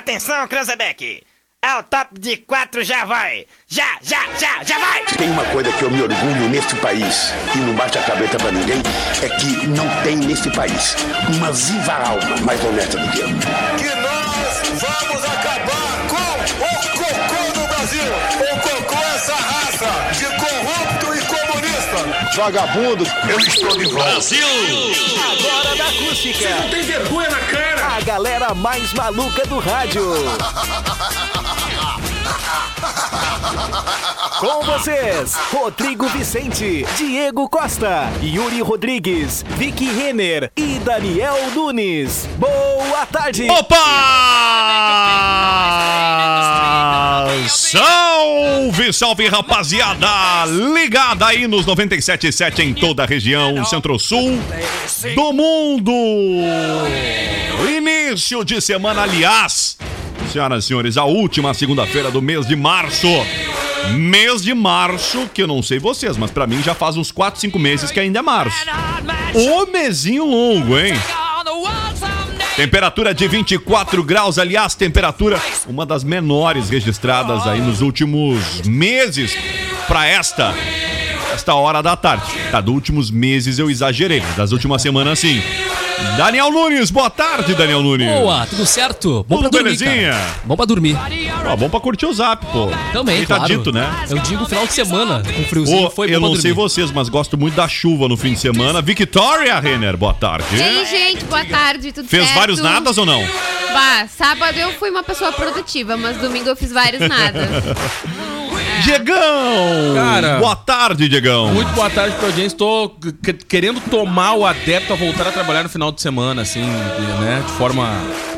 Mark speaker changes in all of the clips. Speaker 1: Atenção, Cranzebeck! É o top de quatro, já vai! Já, já, já, já vai!
Speaker 2: Tem uma coisa que eu me orgulho neste país e não bate a cabeça pra ninguém, é que não tem neste país uma viva alma mais honesta do que eu.
Speaker 3: que nós vamos acabar com o cocô do Brasil. O cocô é essa raça de corrupto e comunista.
Speaker 2: Vagabundo, eu estou de volta.
Speaker 4: Agora da acústica.
Speaker 3: Tem vergonha na cara.
Speaker 4: A galera mais maluca do rádio. Com vocês, Rodrigo Vicente, Diego Costa, Yuri Rodrigues, Vicky Renner e Daniel Nunes. Boa tarde!
Speaker 5: Opa! Salve, salve, rapaziada! Ligada aí nos 97.7 em toda a região centro-sul do mundo! Início de semana, aliás, senhoras e senhores, a última segunda-feira do mês de março. Mês de março, que eu não sei vocês, mas pra mim já faz uns 4, 5 meses que ainda é março. Ô mesinho longo, hein? Temperatura de 24 graus, aliás, temperatura uma das menores registradas aí nos últimos meses para esta esta hora da tarde. Tá, dos últimos meses eu exagerei, mas das últimas semanas sim. Daniel Nunes, boa tarde, Daniel Nunes.
Speaker 6: Boa, Ah, tudo certo? Bom
Speaker 5: Tudo
Speaker 6: pra dormir,
Speaker 5: belezinha?
Speaker 6: cara. Bom pra dormir.
Speaker 5: Ó, bom pra curtir o zap, pô.
Speaker 6: Também,
Speaker 5: E tá
Speaker 6: claro.
Speaker 5: dito, né?
Speaker 6: Eu digo final de semana, com friozinho,
Speaker 5: Ô,
Speaker 6: foi bom
Speaker 5: eu
Speaker 6: pra
Speaker 5: não sei
Speaker 6: dormir.
Speaker 5: vocês, mas gosto muito da chuva no fim de semana. Victoria Renner, boa tarde.
Speaker 7: E aí, gente, boa tarde, tudo
Speaker 5: É. Fez
Speaker 7: certo?
Speaker 5: vários nadas ou não?
Speaker 7: Bah, sábado eu fui uma pessoa produtiva, mas domingo eu fiz vários nadas.
Speaker 5: É. Diegão!
Speaker 8: Cara.
Speaker 5: Boa tarde, Diegão.
Speaker 8: Muito boa tarde pra audiência. Tô que- querendo tomar o adepto a voltar a trabalhar no final de semana, assim, né? De forma.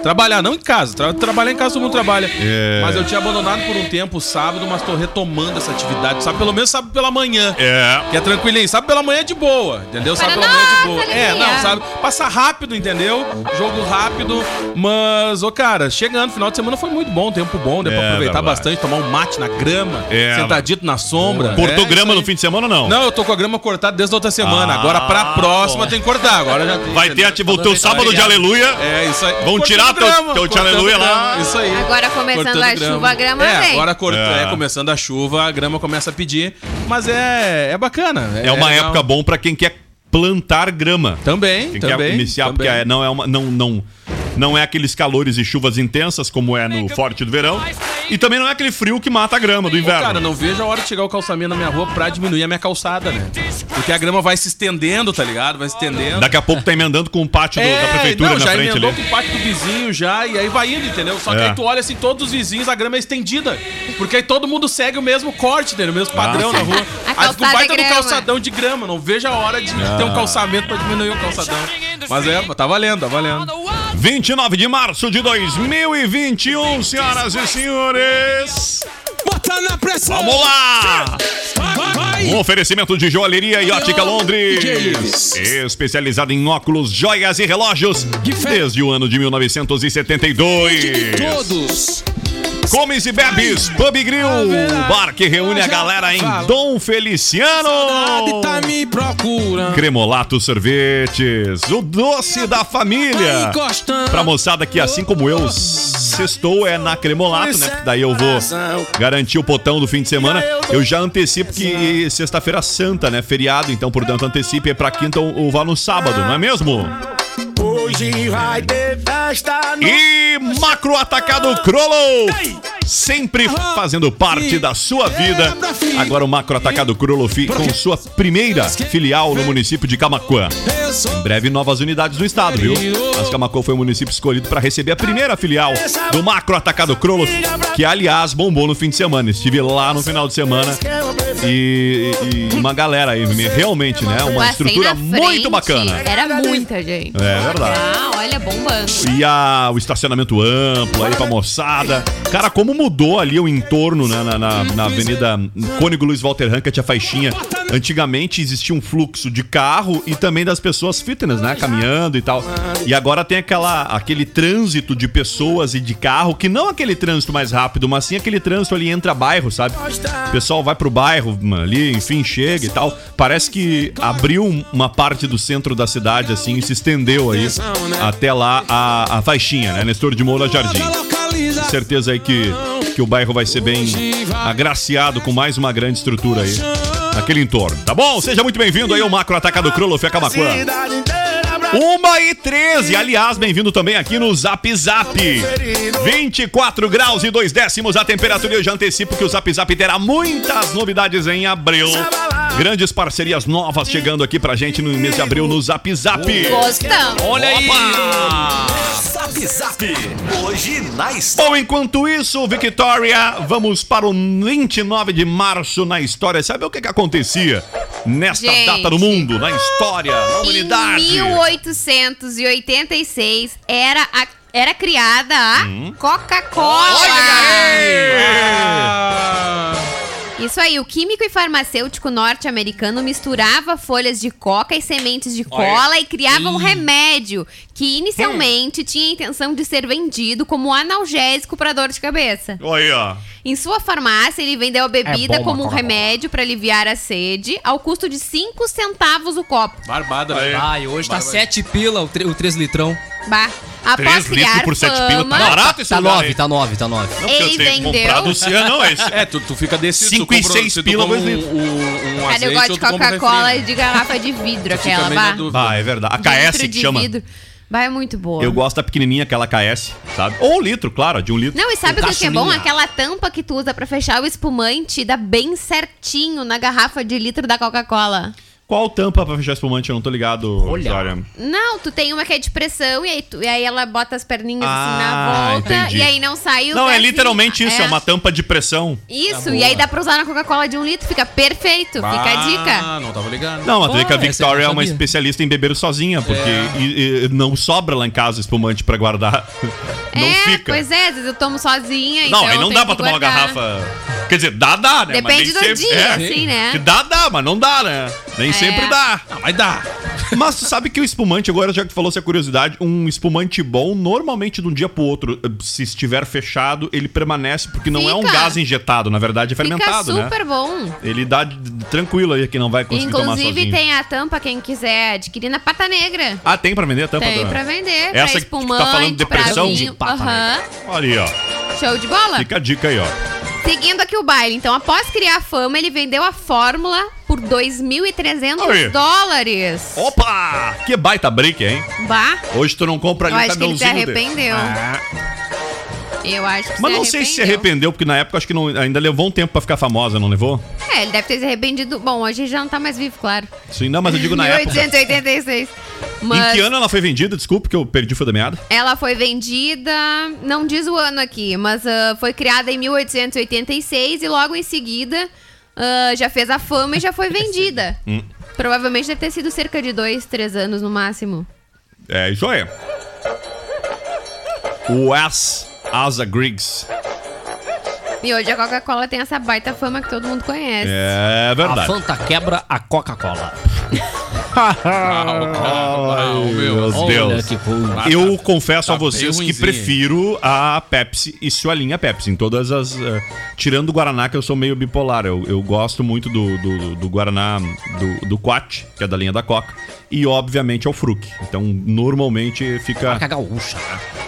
Speaker 8: Trabalhar, não em casa. Tra- trabalhar em casa todo mundo trabalha.
Speaker 5: É.
Speaker 8: Mas eu tinha abandonado por um tempo o sábado, mas tô retomando essa atividade. Sabe, pelo menos sabe pela manhã.
Speaker 5: É.
Speaker 8: Que é tranquilinho, sabe pela manhã é de boa, entendeu? Sabe
Speaker 7: Para
Speaker 8: pela manhã é de
Speaker 7: nossa
Speaker 8: boa. É,
Speaker 7: alegria.
Speaker 8: não, sabe? Passa rápido, entendeu? Jogo rápido, mas, ô cara, chegando, final de semana foi muito bom, tempo bom, deu
Speaker 5: É,
Speaker 8: pra aproveitar
Speaker 5: verdade.
Speaker 8: bastante, tomar um mate na grama,
Speaker 5: É.
Speaker 8: sentadito na sombra.
Speaker 5: Cortou
Speaker 8: É,
Speaker 5: grama
Speaker 8: isso
Speaker 5: no
Speaker 8: aí.
Speaker 5: fim de semana ou não?
Speaker 8: Não, eu tô com a grama cortada desde a outra semana.
Speaker 5: Ah,
Speaker 8: Agora pra próxima
Speaker 5: bom.
Speaker 8: tem que cortar. Agora já tem,
Speaker 5: Vai ter
Speaker 8: entendeu?
Speaker 5: ati- o teu sábado de aleluia.
Speaker 8: É, isso aí.
Speaker 5: Vão
Speaker 8: Cortando
Speaker 5: tirar teu-
Speaker 8: grama,
Speaker 5: teu de
Speaker 8: cortando
Speaker 5: aleluia lá.
Speaker 8: grama, Isso aí.
Speaker 7: Agora começando
Speaker 8: Cortando
Speaker 7: a chuva, a grama
Speaker 8: É,
Speaker 7: vem.
Speaker 8: agora corta-
Speaker 5: É.
Speaker 8: é, começando a chuva, a grama começa a pedir. Mas é, é bacana.
Speaker 5: É uma
Speaker 8: legal.
Speaker 5: época bom pra quem quer plantar grama.
Speaker 8: Também,
Speaker 5: Quem quer
Speaker 8: também.
Speaker 5: iniciar,
Speaker 8: também.
Speaker 5: porque é- não é uma. Não, não, não é aqueles calores e chuvas intensas como é no forte do verão. E também não é aquele frio que mata a grama do inverno.
Speaker 8: Cara, não vejo a hora de chegar o calçamento na minha rua pra diminuir a minha calçada, né? Porque a grama vai se estendendo, tá ligado? Vai se estendendo.
Speaker 5: Daqui a pouco tá emendando com o pátio do- da prefeitura
Speaker 8: É, não,
Speaker 5: na
Speaker 8: já
Speaker 5: frente
Speaker 8: emendou
Speaker 5: ali.
Speaker 8: com o pátio do vizinho já, e aí vai indo, entendeu? Só que
Speaker 5: É.
Speaker 8: aí tu olha assim, todos os vizinhos, a grama é estendida. Porque aí todo mundo segue o mesmo corte, entendeu? O
Speaker 5: Ah,
Speaker 8: mesmo padrão na rua.
Speaker 7: A
Speaker 8: Aí tu
Speaker 7: calçada
Speaker 8: vai
Speaker 7: é
Speaker 8: ter um
Speaker 7: grama.
Speaker 8: calçadão de grama, não vejo a hora de ter
Speaker 5: Ah.
Speaker 8: um calçamento pra diminuir o calçadão. Mas é, tá valendo, tá valendo.
Speaker 5: 29 de março de 2021, senhoras e senhores.
Speaker 4: Bota na pressão!
Speaker 5: Vamos lá! Um oferecimento de joalheria e ótica Londres. Especializada em óculos, joias e relógios desde o ano de 1972.
Speaker 4: Todos! Ah,
Speaker 5: Comes e bebes, Pub e Grill, bar que reúne a galera em Dom Feliciano.
Speaker 4: me
Speaker 3: Tá
Speaker 4: procurando!
Speaker 5: Cremolato Sorvetes, o doce da família.
Speaker 4: encostando!
Speaker 5: Pra moçada que, assim como eu, sextou é na Cremolato, né? Porque Daí eu vou garantir o potão do fim de semana. Eu já antecipo que sexta-feira é santa, né? Feriado, então, portanto, antecipe é pra quinta ou ou vá no sábado, não é mesmo?
Speaker 4: Hoje vai ter festa no...
Speaker 5: E Macro Atacado Crollo! Sempre fazendo parte da sua vida. Agora o Macro Atacado Crollo fi- com sua primeira filial no município de Camacuã. Em breve, novas unidades do estado, viu? Mas Camacuã foi o município escolhido para receber a primeira filial do Macro Atacado Crollo, que, aliás, bombou no fim de semana. Estive lá no final de semana e, e- e uma galera aí, realmente, né? Uma
Speaker 7: Passei
Speaker 5: estrutura
Speaker 7: na
Speaker 5: muito
Speaker 7: frente,
Speaker 5: bacana.
Speaker 7: Era muita gente.
Speaker 5: É verdade.
Speaker 7: Ah, olha, bombando.
Speaker 5: E a- o estacionamento amplo aí pra moçada. Cara, como mudou ali o entorno né, na, na, na Avenida Cônigo Luiz Walter Rankett, a faixinha. Antigamente existia um fluxo de carro e também das pessoas fitness, né? Caminhando e tal. E agora tem aquela, aquele trânsito de pessoas e de carro, que não aquele trânsito mais rápido, mas sim aquele trânsito ali entra bairro, sabe? O pessoal vai pro bairro mano, ali, enfim, chega e tal. Parece que abriu um- uma parte do centro da cidade, assim, e se estendeu aí até lá a, a faixinha, né? Nestor de Moura Jardim. certeza aí que, que o bairro vai ser bem agraciado com mais uma grande estrutura aí naquele entorno. Tá bom? Seja muito bem-vindo aí ao Macro Atacado Kroloff Acamacuã. Uma e 13. Aliás, bem-vindo também aqui no Zap Zap. 24 graus e dois décimos a temperatura. Eu já antecipo que o Zap Zap terá muitas novidades em abril. Grandes parcerias novas chegando aqui pra gente no mês de abril no Zap Zap.
Speaker 7: Gostamos.
Speaker 6: Olha aí.
Speaker 9: Zap Zap. Hoje na história.
Speaker 5: Bom, enquanto isso, Victoria, vamos para o 29 de março na história. Sabe o que, que acontecia nesta
Speaker 7: Gente.
Speaker 5: data no mundo, na história, na humanidade?
Speaker 7: Em 1886 era, a- era criada a
Speaker 5: Hum. É.
Speaker 7: Coca-Cola.
Speaker 8: Ah,
Speaker 7: Isso aí, o químico e farmacêutico norte-americano misturava folhas de coca e sementes de cola e criava um remédio que inicialmente
Speaker 5: Hum.
Speaker 7: tinha a intenção de ser vendido como analgésico para dor de cabeça.
Speaker 5: Olha aí, ó.
Speaker 7: Em sua farmácia, ele vendeu a bebida
Speaker 10: É bom,
Speaker 7: como um
Speaker 10: Coca-Cola.
Speaker 7: remédio para aliviar a sede, ao custo de 5 centavos o copo.
Speaker 8: Barbada,
Speaker 5: Aí.
Speaker 8: né?
Speaker 6: Ai, hoje tá 7 pila o 3 litrão.
Speaker 7: Bah.
Speaker 5: Três
Speaker 7: Após
Speaker 5: litros
Speaker 7: criar
Speaker 5: por sete pila. Tá
Speaker 7: fama,
Speaker 5: barato esse
Speaker 6: Tá
Speaker 5: lugar
Speaker 6: 9,
Speaker 5: aí.
Speaker 6: tá 9, tá 9.
Speaker 5: Não, porque eu
Speaker 7: Ele
Speaker 5: tenho
Speaker 7: vendeu.
Speaker 5: comprado o Cian, não, esse.
Speaker 8: É, tu, tu fica desse
Speaker 5: Cinco e seis pila, é. dois litros.
Speaker 8: um, um, um
Speaker 7: cara, eu
Speaker 8: azeite,
Speaker 7: gosto de
Speaker 8: outro compra um
Speaker 7: Coca-Cola
Speaker 8: refri.
Speaker 7: de garrafa de vidro,
Speaker 8: Fica
Speaker 7: aquela,
Speaker 8: meio na
Speaker 7: bah.
Speaker 8: dúvida.
Speaker 5: Ah, é verdade. A KS
Speaker 7: Litro
Speaker 5: que
Speaker 7: de
Speaker 5: chama.
Speaker 7: vidro. Bah, é muito boa.
Speaker 5: Eu gosto da pequenininha, aquela KS, sabe? Ou um litro, claro, de um litro.
Speaker 7: Não, e sabe
Speaker 6: Um
Speaker 7: o que que é bom?
Speaker 6: caçulinha.
Speaker 7: Aquela tampa que tu usa pra fechar o espumante dá bem certinho na garrafa de litro da Coca-Cola.
Speaker 5: Qual tampa pra fechar espumante? Eu não tô ligado,
Speaker 6: Olha.
Speaker 5: Vitória.
Speaker 7: Não, tu tem uma que é de pressão e aí, tu- e aí ela bota as perninhas
Speaker 5: Ah,
Speaker 7: assim na volta
Speaker 5: entendi.
Speaker 7: e aí não sai o
Speaker 5: Não, é
Speaker 7: pezinho.
Speaker 5: literalmente isso, é uma Tá tampa de pressão.
Speaker 7: Isso, e aí dá pra usar na Coca-Cola de um litro, fica perfeito, fica a dica.
Speaker 8: Ah, não tava ligado.
Speaker 5: Não, mas tu vê que a
Speaker 6: Pô, Ah, essa eu não
Speaker 5: Victoria é uma
Speaker 6: sabia. É.
Speaker 5: especialista em beber sozinha, porque e- e não sobra lá em casa espumante pra guardar. Não
Speaker 7: é,
Speaker 5: fica.
Speaker 7: pois é, às vezes eu tomo sozinha,
Speaker 5: Não,
Speaker 7: então
Speaker 5: aí
Speaker 7: eu
Speaker 5: não
Speaker 7: tenho
Speaker 5: dá pra
Speaker 7: que
Speaker 5: tomar uma
Speaker 7: guardar.
Speaker 5: garrafa. Quer dizer, dá, dá, né?
Speaker 7: Depende
Speaker 5: Mas nem
Speaker 7: do
Speaker 5: sempre-
Speaker 7: dia,
Speaker 5: é.
Speaker 7: assim, né? É.
Speaker 5: Que dá, dá, mas não dá, né? Nem sempre dá.
Speaker 8: Ah, mas dá.
Speaker 5: Mas tu sabe que o espumante, agora já que tu falou essa curiosidade, um espumante bom, normalmente de um dia pro outro, se estiver fechado, ele permanece, porque não é um
Speaker 7: Fica.
Speaker 5: gás injetado, na verdade é
Speaker 7: Fica
Speaker 5: fermentado, né?
Speaker 7: super bom.
Speaker 5: Ele dá de- de- tranquilo aí que não vai conseguir tomar
Speaker 7: Inclusive
Speaker 5: sozinho.
Speaker 7: tem a tampa, quem quiser adquirir na Pata Negra.
Speaker 5: Ah, tem pra vender a tampa
Speaker 7: Tem
Speaker 5: também?
Speaker 7: pra vender,
Speaker 5: Essa
Speaker 7: pra
Speaker 5: que tu tá
Speaker 7: espumante,
Speaker 5: falando de
Speaker 7: pra
Speaker 5: pressão?
Speaker 7: vinho.
Speaker 5: De Pata
Speaker 7: Aham,
Speaker 5: Olha aí, ó.
Speaker 7: show de bola.
Speaker 5: Fica a dica aí, ó.
Speaker 7: Seguindo aqui o baile, então, após criar fama, ele vendeu a fórmula por
Speaker 5: Aí.
Speaker 7: 2.300 dólares.
Speaker 5: Opa! Que baita break, hein?
Speaker 7: Bah,
Speaker 5: Hoje tu não compra
Speaker 7: eu
Speaker 5: ali
Speaker 7: acho que ele se
Speaker 5: tabelãozinho tá dele. Ah.
Speaker 7: arrependeu. Eu acho que
Speaker 5: Mas não sei se se arrependeu, porque na época acho que não- ainda levou um tempo pra ficar famosa, não levou?
Speaker 7: É, ele deve ter se arrependido. Bom, hoje ele já não tá mais vivo, claro.
Speaker 5: Sim, não, mas eu digo na época.
Speaker 7: 1886.
Speaker 5: Em
Speaker 7: Mas
Speaker 5: que ano ela foi vendida? Desculpa que eu perdi o fio da meada.
Speaker 7: ela foi vendida, não diz o ano aqui, mas ah, foi criada em 1886 e logo em seguida ah, já fez a fama e já foi vendida.
Speaker 5: Hum.
Speaker 7: Provavelmente deve ter sido cerca de dois, três anos no máximo.
Speaker 5: É, isso aí. O As Asa Griggs.
Speaker 7: E hoje a Coca-Cola tem essa baita fama que todo mundo conhece.
Speaker 5: É
Speaker 6: A
Speaker 5: verdade.
Speaker 6: Fanta quebra a Coca-Cola.
Speaker 8: Ah, o meu.
Speaker 5: Meu Deus.
Speaker 6: que porra.
Speaker 5: Eu confesso
Speaker 8: Tá
Speaker 5: a vocês
Speaker 8: bem
Speaker 5: que
Speaker 8: ruinzinho.
Speaker 5: prefiro a Pepsi e sua linha Pepsi. Em todas as. eh, tirando o Guaraná, que eu sou meio bipolar. Eu, eu gosto muito do, do, do Guaraná do, do Quat, que é da linha da Coca. E, obviamente, é o Fruc. Então, normalmente fica.
Speaker 6: Caga gaúcha.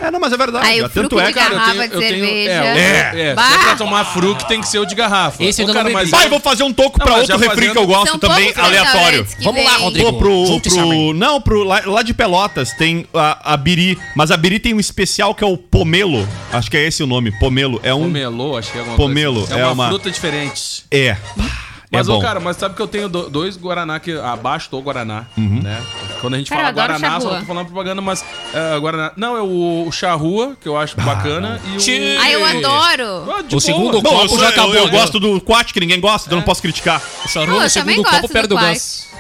Speaker 5: É, não, mas é verdade.
Speaker 7: Aí o Fruc
Speaker 5: Tanto é,
Speaker 7: de
Speaker 5: cara.
Speaker 7: garrafa de cerveja.
Speaker 8: é, é, é, se é
Speaker 7: Bah.
Speaker 8: pra tomar fruque, tem que ser o de garrafa.
Speaker 6: Esse eu
Speaker 8: Ô,
Speaker 6: ainda não bebi.
Speaker 5: Vai, vou fazer um toco
Speaker 8: Não,
Speaker 5: pra
Speaker 8: mas
Speaker 5: outro
Speaker 8: já
Speaker 5: refri
Speaker 8: fazendo-
Speaker 5: que eu gosto
Speaker 7: São
Speaker 5: também,
Speaker 7: poucos
Speaker 5: aleatório.
Speaker 7: restaurantes que
Speaker 6: Vamos lá,
Speaker 7: vêm.
Speaker 6: Rodrigo.
Speaker 5: Vou pro,
Speaker 6: Junte essa
Speaker 5: pro
Speaker 6: mãe.
Speaker 5: não, pro lá, lá de Pelotas tem a, a Biri, mas a Biri tem um especial que é o pomelo. Acho que é esse o nome, pomelo. É um
Speaker 8: Pomelo, acho que é alguma
Speaker 5: Pomelo,
Speaker 8: coisa. assim.
Speaker 5: é
Speaker 8: É uma,
Speaker 5: uma-
Speaker 8: fruta diferente.
Speaker 5: é.
Speaker 8: Mas,
Speaker 5: é
Speaker 8: ô,
Speaker 5: bom.
Speaker 8: cara, mas sabe que eu tenho do- dois Guaraná que abaixo do Guaraná, né? Quando a gente
Speaker 7: Cara, eu
Speaker 8: fala
Speaker 7: adoro
Speaker 8: Guaraná, só
Speaker 7: charrua.
Speaker 8: tô falando propaganda, mas ah, Guaraná... Não, é o, o charrua, que eu acho bacana, e o...
Speaker 6: Tchê.
Speaker 7: Aí Ah, eu adoro.
Speaker 8: Ah, de
Speaker 6: O
Speaker 8: boa.
Speaker 6: segundo
Speaker 5: Bom, eu,
Speaker 6: copo
Speaker 5: sou-
Speaker 6: já
Speaker 5: eu-
Speaker 6: acabou.
Speaker 5: eu,
Speaker 6: né?
Speaker 5: gosto do quat que ninguém gosta, então eu não posso criticar.
Speaker 6: O charu
Speaker 7: Não,
Speaker 6: no
Speaker 7: eu também
Speaker 6: segundo copo
Speaker 7: gosto
Speaker 6: perde
Speaker 7: do
Speaker 6: o
Speaker 7: Quai.
Speaker 6: gás.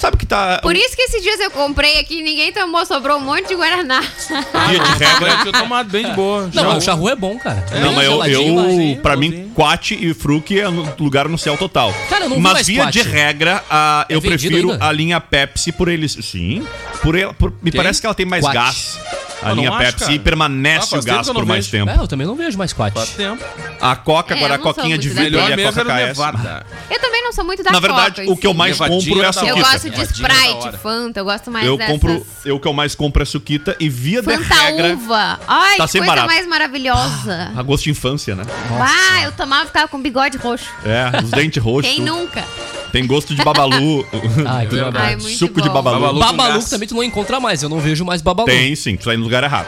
Speaker 5: Sabe que tá
Speaker 7: Por isso que esses dias eu comprei aqui, ninguém tomou, sobrou um monte de Guaraná.
Speaker 5: dia de
Speaker 8: Agora
Speaker 5: regra.
Speaker 8: eu tinha tomado bem de boa.
Speaker 6: Não,
Speaker 8: Já-
Speaker 6: mas o charru é bom, cara.
Speaker 5: Não,
Speaker 6: É,
Speaker 5: mas eu,
Speaker 6: geladinho,
Speaker 5: eu
Speaker 8: igualzinho,
Speaker 5: pra mim,
Speaker 8: igualzinho.
Speaker 5: quat e fruque é no- lugar no céu total.
Speaker 6: Cara, eu não vi
Speaker 5: mas
Speaker 6: mais
Speaker 5: via
Speaker 6: Quat.
Speaker 5: de regra, a-
Speaker 6: É
Speaker 5: eu
Speaker 6: vendido
Speaker 5: prefiro
Speaker 6: ainda?
Speaker 5: a linha Pepsi por eles. Sim, por ela, por- me
Speaker 8: Quem?
Speaker 5: parece que ela tem mais
Speaker 6: Quat.
Speaker 5: gás. A
Speaker 8: Eu não
Speaker 5: linha
Speaker 8: acho,
Speaker 5: Pepsi
Speaker 8: cara. Ah,
Speaker 5: permanece
Speaker 8: faz
Speaker 5: o
Speaker 8: tempo
Speaker 5: gás
Speaker 8: que eu não
Speaker 5: por mais
Speaker 8: vejo.
Speaker 5: tempo.
Speaker 6: É, eu também não vejo mais quat.
Speaker 8: Faz tempo.
Speaker 5: A Coca,
Speaker 7: É,
Speaker 5: agora
Speaker 7: eu
Speaker 5: a
Speaker 7: não sou
Speaker 5: coquinha de
Speaker 7: muito
Speaker 5: vidro
Speaker 7: da
Speaker 5: ali,
Speaker 8: Melhor
Speaker 5: a
Speaker 8: mesmo é era
Speaker 5: Coca KS.
Speaker 8: Nevada.
Speaker 7: Eu também não sou muito da
Speaker 5: Na
Speaker 7: Coca,
Speaker 5: verdade,
Speaker 7: em
Speaker 5: o que eu
Speaker 7: si.
Speaker 5: mais
Speaker 8: Nevadinha
Speaker 5: compro é a
Speaker 8: da hora.
Speaker 7: Eu
Speaker 5: suquita.
Speaker 7: gosto de
Speaker 8: Nevadinha da
Speaker 7: Sprite,
Speaker 8: hora.
Speaker 7: Fanta, eu gosto mais
Speaker 5: Eu
Speaker 7: dessas...
Speaker 5: compro, eu o que eu mais compro é suquita e via de
Speaker 7: Fanta
Speaker 5: regra,
Speaker 7: uva. Ai,
Speaker 5: Tá
Speaker 7: que
Speaker 5: sem
Speaker 7: coisa
Speaker 5: barato. Ah.
Speaker 7: mais maravilhosa.
Speaker 5: a gosto de infância, né?
Speaker 7: Ah, eu tomava e ficava com bigode roxo.
Speaker 5: É, os dentes roxos.
Speaker 7: Quem
Speaker 5: tudo.
Speaker 7: nunca?
Speaker 5: Tem gosto de babalu.
Speaker 6: Ai, que
Speaker 8: Verdade.
Speaker 6: verdade.
Speaker 7: Ai, muito
Speaker 5: Suco de
Speaker 7: bom.
Speaker 5: babalu.
Speaker 8: Babalu.
Speaker 6: Babalu
Speaker 8: Lucas.
Speaker 6: que também tu não encontra mais, eu não vejo mais babalu.
Speaker 5: Tem sim, tu tá indo no lugar errado.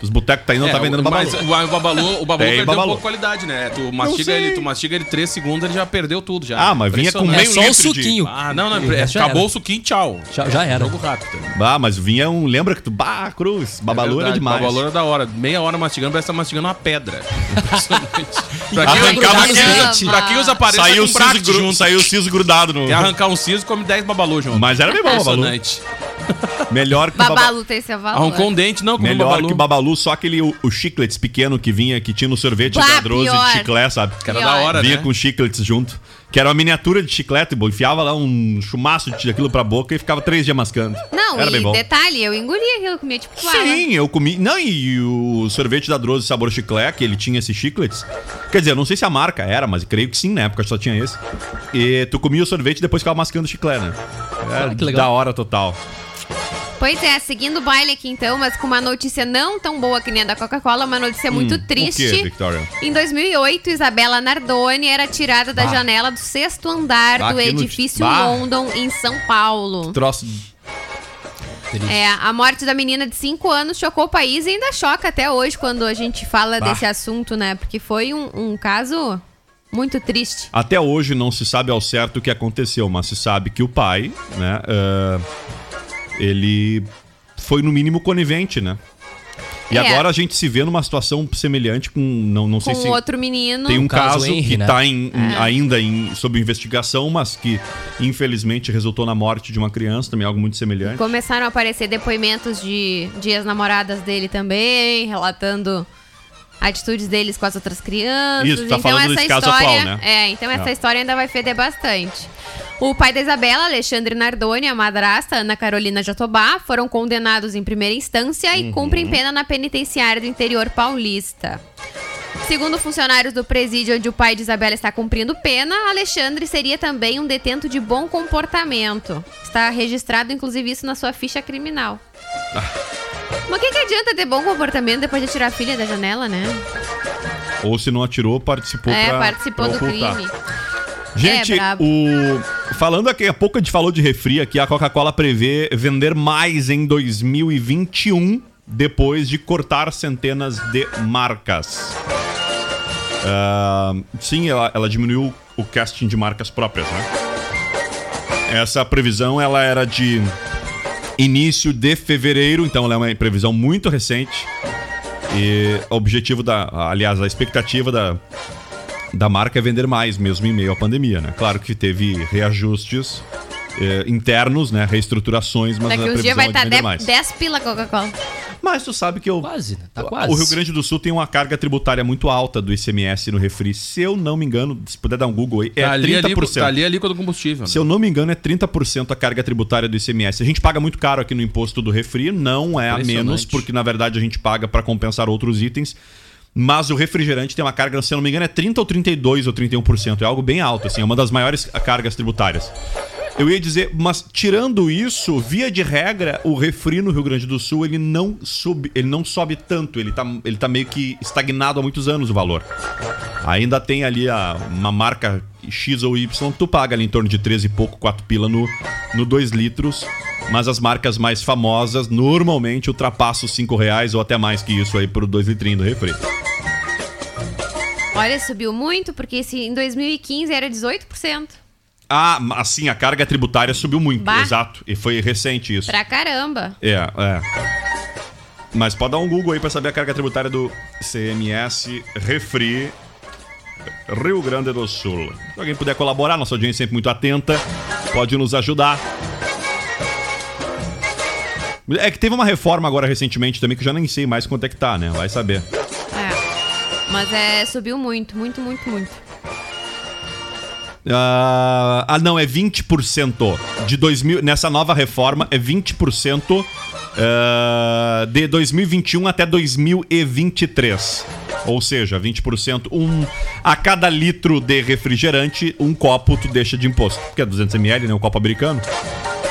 Speaker 5: Os botecos tá indo, não tá
Speaker 8: Ah. É,
Speaker 5: vendendo babalu.
Speaker 8: mas o o babalu, o babalu
Speaker 5: Tem
Speaker 8: perdeu
Speaker 5: babalu.
Speaker 8: um pouco de qualidade, né? Tu mastiga
Speaker 5: sei.
Speaker 8: ele, tu mastiga ele 3 segundos, ele já perdeu tudo já.
Speaker 5: Ah, mas vinha com
Speaker 6: É
Speaker 5: meio
Speaker 6: só o
Speaker 5: litro de-
Speaker 6: suquinho.
Speaker 8: Ah, não, não,
Speaker 6: Já
Speaker 8: é,
Speaker 6: era.
Speaker 8: acabou o suquinho, tchau.
Speaker 6: Já- já era.
Speaker 8: Jogo rápido. É
Speaker 5: Ah, mas vinha um. Lembra que tu. Bah, cruz. Babalu era
Speaker 8: verdade,
Speaker 5: demais.
Speaker 8: Babalu era da hora. Meia hora mastigando, parece que tá mastigando uma pedra. Impressionante. pra,
Speaker 5: Arrancava
Speaker 8: quem, pra, quem
Speaker 7: dente.
Speaker 8: usa, pra quem usa aparelho,
Speaker 5: Saiu,
Speaker 8: tá
Speaker 5: o
Speaker 8: com
Speaker 5: siso
Speaker 8: bract
Speaker 5: gru-
Speaker 8: junto.
Speaker 5: saiu o siso grudado no.
Speaker 8: Quer arrancar um siso, come 10 babalu junto.
Speaker 5: Mas era bem bom o babalu.
Speaker 8: Impressionante.
Speaker 5: Melhor que o babalu.
Speaker 7: Babalu tem seu é valor.
Speaker 8: Arrancou um dente, não, comeu um
Speaker 5: Melhor
Speaker 8: babalu.
Speaker 5: que babalu, só aquele o, o chicletes pequeno que vinha, que tinha no sorvete
Speaker 7: Bah,
Speaker 5: da Drose
Speaker 7: pior.
Speaker 5: de chiclete, sabe?
Speaker 8: Que era da
Speaker 7: Pior.
Speaker 8: hora,
Speaker 5: vinha
Speaker 8: né?
Speaker 5: com chicletes junto. Que era uma miniatura de chiclete, bom, enfiava lá um chumaço de aquilo pra boca e ficava três dias mascando.
Speaker 7: Não,
Speaker 5: era
Speaker 7: e
Speaker 5: bem bom.
Speaker 7: detalhe, eu engoli aquilo, comia tipo fala.
Speaker 5: Sim, eu comi. Não, e o sorvete da Drose sabor chiclete, que ele tinha esses chicletes. Quer dizer, eu não sei se a marca era, mas creio que sim, na época só tinha esse. E tu comia o sorvete e depois ficava mascando o chiclete, né? Era
Speaker 6: Ah, que legal.
Speaker 5: da hora total.
Speaker 7: Pois é, seguindo o baile aqui então, mas com uma notícia não tão boa que nem a da Coca-Cola, uma notícia muito
Speaker 5: Hum, O quê,
Speaker 7: triste.
Speaker 5: Victoria?
Speaker 7: Em 2008, Isabela Nardoni era tirada da janela do sexto andar
Speaker 5: Bah,
Speaker 7: do
Speaker 5: que
Speaker 7: edifício
Speaker 5: noti- Bah.
Speaker 7: London, em São Paulo.
Speaker 8: Tá
Speaker 5: Troço.
Speaker 7: É, a morte da menina de 5 anos chocou o país e ainda choca até hoje quando a gente fala
Speaker 5: Bah.
Speaker 7: desse assunto, né? Porque foi um, um caso muito triste.
Speaker 5: Até hoje não se sabe ao certo o que aconteceu, mas se sabe que o pai, né? ah, ele foi no mínimo conivente, né? E
Speaker 7: É.
Speaker 5: agora a gente se vê numa situação semelhante com. Não, não sei
Speaker 7: com
Speaker 5: se.
Speaker 7: outro menino.
Speaker 5: Tem um
Speaker 6: caso
Speaker 5: caso,
Speaker 6: Henry,
Speaker 5: que
Speaker 6: né?
Speaker 5: está
Speaker 7: É.
Speaker 5: ainda em- sob investigação, mas que infelizmente resultou na morte de uma criança, também algo muito semelhante.
Speaker 7: Começaram a aparecer depoimentos de, de ex-namoradas dele também, relatando atitudes deles com as outras crianças. então
Speaker 5: Isso, tá falando desse caso
Speaker 7: história,
Speaker 5: atual, né?
Speaker 7: É, então essa
Speaker 5: É.
Speaker 7: história ainda vai feder bastante. O pai da Isabela, Alexandre Nardoni, a madrasta, Ana Carolina Jatobá, foram condenados em primeira instância
Speaker 5: Uhum.
Speaker 7: e cumprem pena na penitenciária do interior paulista. Segundo funcionários do presídio onde o pai de Isabela está cumprindo pena, Alexandre seria também um detento de bom comportamento. Está registrado, inclusive, isso na sua ficha criminal. Mas o que, que adianta ter bom comportamento depois de tirar a filha da janela, né?
Speaker 5: Ou se não atirou, participou
Speaker 7: é,
Speaker 5: pra-
Speaker 7: participou
Speaker 5: pra
Speaker 7: do
Speaker 5: ocultar.
Speaker 7: crime.
Speaker 5: Gente,
Speaker 7: É, brabo.
Speaker 5: o falando aqui, há pouco a gente falou de refri aqui, a Coca-Cola prevê vender mais em 2021 depois de cortar centenas de marcas. Ah, sim, ela, ela diminuiu o casting de marcas próprias, né? Essa previsão ela era de início de fevereiro, então ela é uma previsão muito recente. E o objetivo da, aliás, a expectativa da, da marca é vender mais, mesmo em meio à pandemia, né? Claro que teve reajustes eh, internos, né? Reestruturações, mas a
Speaker 7: Daqui uns
Speaker 5: previsão
Speaker 7: dias vai
Speaker 5: é de
Speaker 7: estar
Speaker 5: vender
Speaker 7: 10,
Speaker 5: mais.
Speaker 7: 10 pila Coca-Cola.
Speaker 5: Mas tu sabe que eu...
Speaker 6: Quase, né? Tá quase.
Speaker 5: O Rio Grande do Sul tem uma carga tributária muito alta do ICMS no refri. Se eu não me engano, se puder dar um Google aí, é
Speaker 8: Tá ali,
Speaker 5: 30%.
Speaker 8: ali, tá ali, ali com o combustível. né?
Speaker 5: Se eu não me engano, é 30% a carga tributária do ICMS. A gente paga muito caro aqui no imposto do refri, não é a
Speaker 8: Impressionante.
Speaker 5: menos, porque na verdade a gente paga para compensar outros itens. Mas o refrigerante tem uma carga, se eu não me engano, é 30 ou 32 ou 31%, é algo bem alto assim, é uma das maiores cargas tributárias. Eu ia dizer, mas tirando isso, via de regra, o refri no Rio Grande do Sul, ele não sobe, ele não sobe tanto, ele tá, ele tá meio que estagnado há muitos anos o valor. Ainda tem ali a- uma marca X ou Y, tu paga ali em torno de 13 e pouco, 4 pila no, no 2 litros. Mas as marcas mais famosas normalmente ultrapassam os 5 reais ou até mais que isso aí pro 2 litrinhos do refri.
Speaker 7: Olha, subiu muito, porque se em 2015 era 18%.
Speaker 5: Ah, ma- assim, a carga tributária subiu muito,
Speaker 7: Bah.
Speaker 5: exato. E foi recente isso.
Speaker 7: Pra caramba.
Speaker 5: É, é. Mas pode dar um Google aí pra saber a carga tributária do CMS Refri Rio Grande do Sul. Se alguém puder colaborar, nossa audiência é sempre muito atenta, pode nos ajudar. É que teve uma reforma agora recentemente também que eu já nem sei mais quanto é que tá, né? Vai saber.
Speaker 7: É. Mas é, subiu muito, muito, muito, muito.
Speaker 5: Ah, ah, não, é 20% de 2000, nessa nova reforma é 20% eh, de 2021 até 2023. Ou seja, 20%, um, a cada litro de refrigerante, um copo tu deixa de imposto. Porque é 200ml, né? Um copo americano.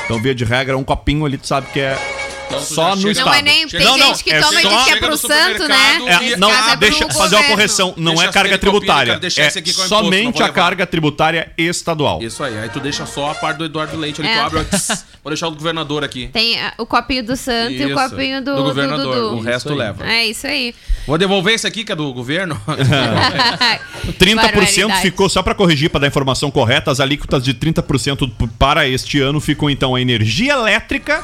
Speaker 5: Então, via de regra, um copinho ali, tu sabe que é
Speaker 8: Então,
Speaker 5: só no estado.
Speaker 7: Não é nem. Tem
Speaker 5: Não, não,
Speaker 7: gente que
Speaker 5: é
Speaker 7: toma e
Speaker 5: só-
Speaker 7: diz que é
Speaker 8: chega
Speaker 7: pro
Speaker 8: no
Speaker 7: santo, né?
Speaker 8: supermercado
Speaker 5: É,
Speaker 8: E-
Speaker 5: não,
Speaker 7: Casa
Speaker 5: deixa
Speaker 7: pro
Speaker 5: fazer uma
Speaker 7: governo.
Speaker 5: correção. Não
Speaker 8: Deixa
Speaker 5: é carga
Speaker 8: aquele copinho,
Speaker 5: tributária.
Speaker 8: cara, deixa
Speaker 5: é
Speaker 8: esse aqui com o imposto,
Speaker 5: somente
Speaker 8: não vou
Speaker 5: a
Speaker 8: levar.
Speaker 5: carga tributária estadual.
Speaker 8: Isso aí, aí tu deixa só a parte do Eduardo Leite ali,
Speaker 7: É.
Speaker 8: tu abre, ó, tss, vou deixar o governador aqui.
Speaker 7: Tem ah, o copinho do santo e o
Speaker 8: Isso,
Speaker 7: copinho do.
Speaker 8: do governador, o resto
Speaker 6: aí.
Speaker 8: leva.
Speaker 7: É isso aí.
Speaker 8: Vou devolver esse aqui que é do governo.
Speaker 5: 30%
Speaker 7: Barbaridade.
Speaker 5: ficou, só para corrigir, para dar a informação correta, as alíquotas de 30% p- para este ano ficam então a energia elétrica,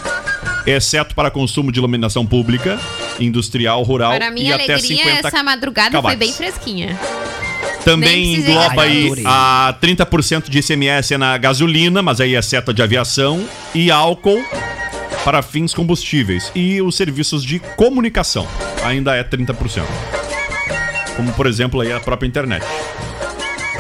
Speaker 5: exceto para consumo de iluminação pública, industrial, rural
Speaker 7: Para
Speaker 5: e
Speaker 7: minha
Speaker 5: até
Speaker 7: alegria, é
Speaker 5: 50
Speaker 7: essa madrugada
Speaker 5: kW.
Speaker 7: foi bem fresquinha.
Speaker 5: Também
Speaker 7: Nem precisei
Speaker 5: engloba
Speaker 7: gastar.
Speaker 5: aí
Speaker 6: Adorei.
Speaker 5: a 30% de ICMS na gasolina, mas aí é seta de aviação e álcool para fins combustíveis e os serviços de comunicação. Ainda é 30%. Como por exemplo aí a própria internet.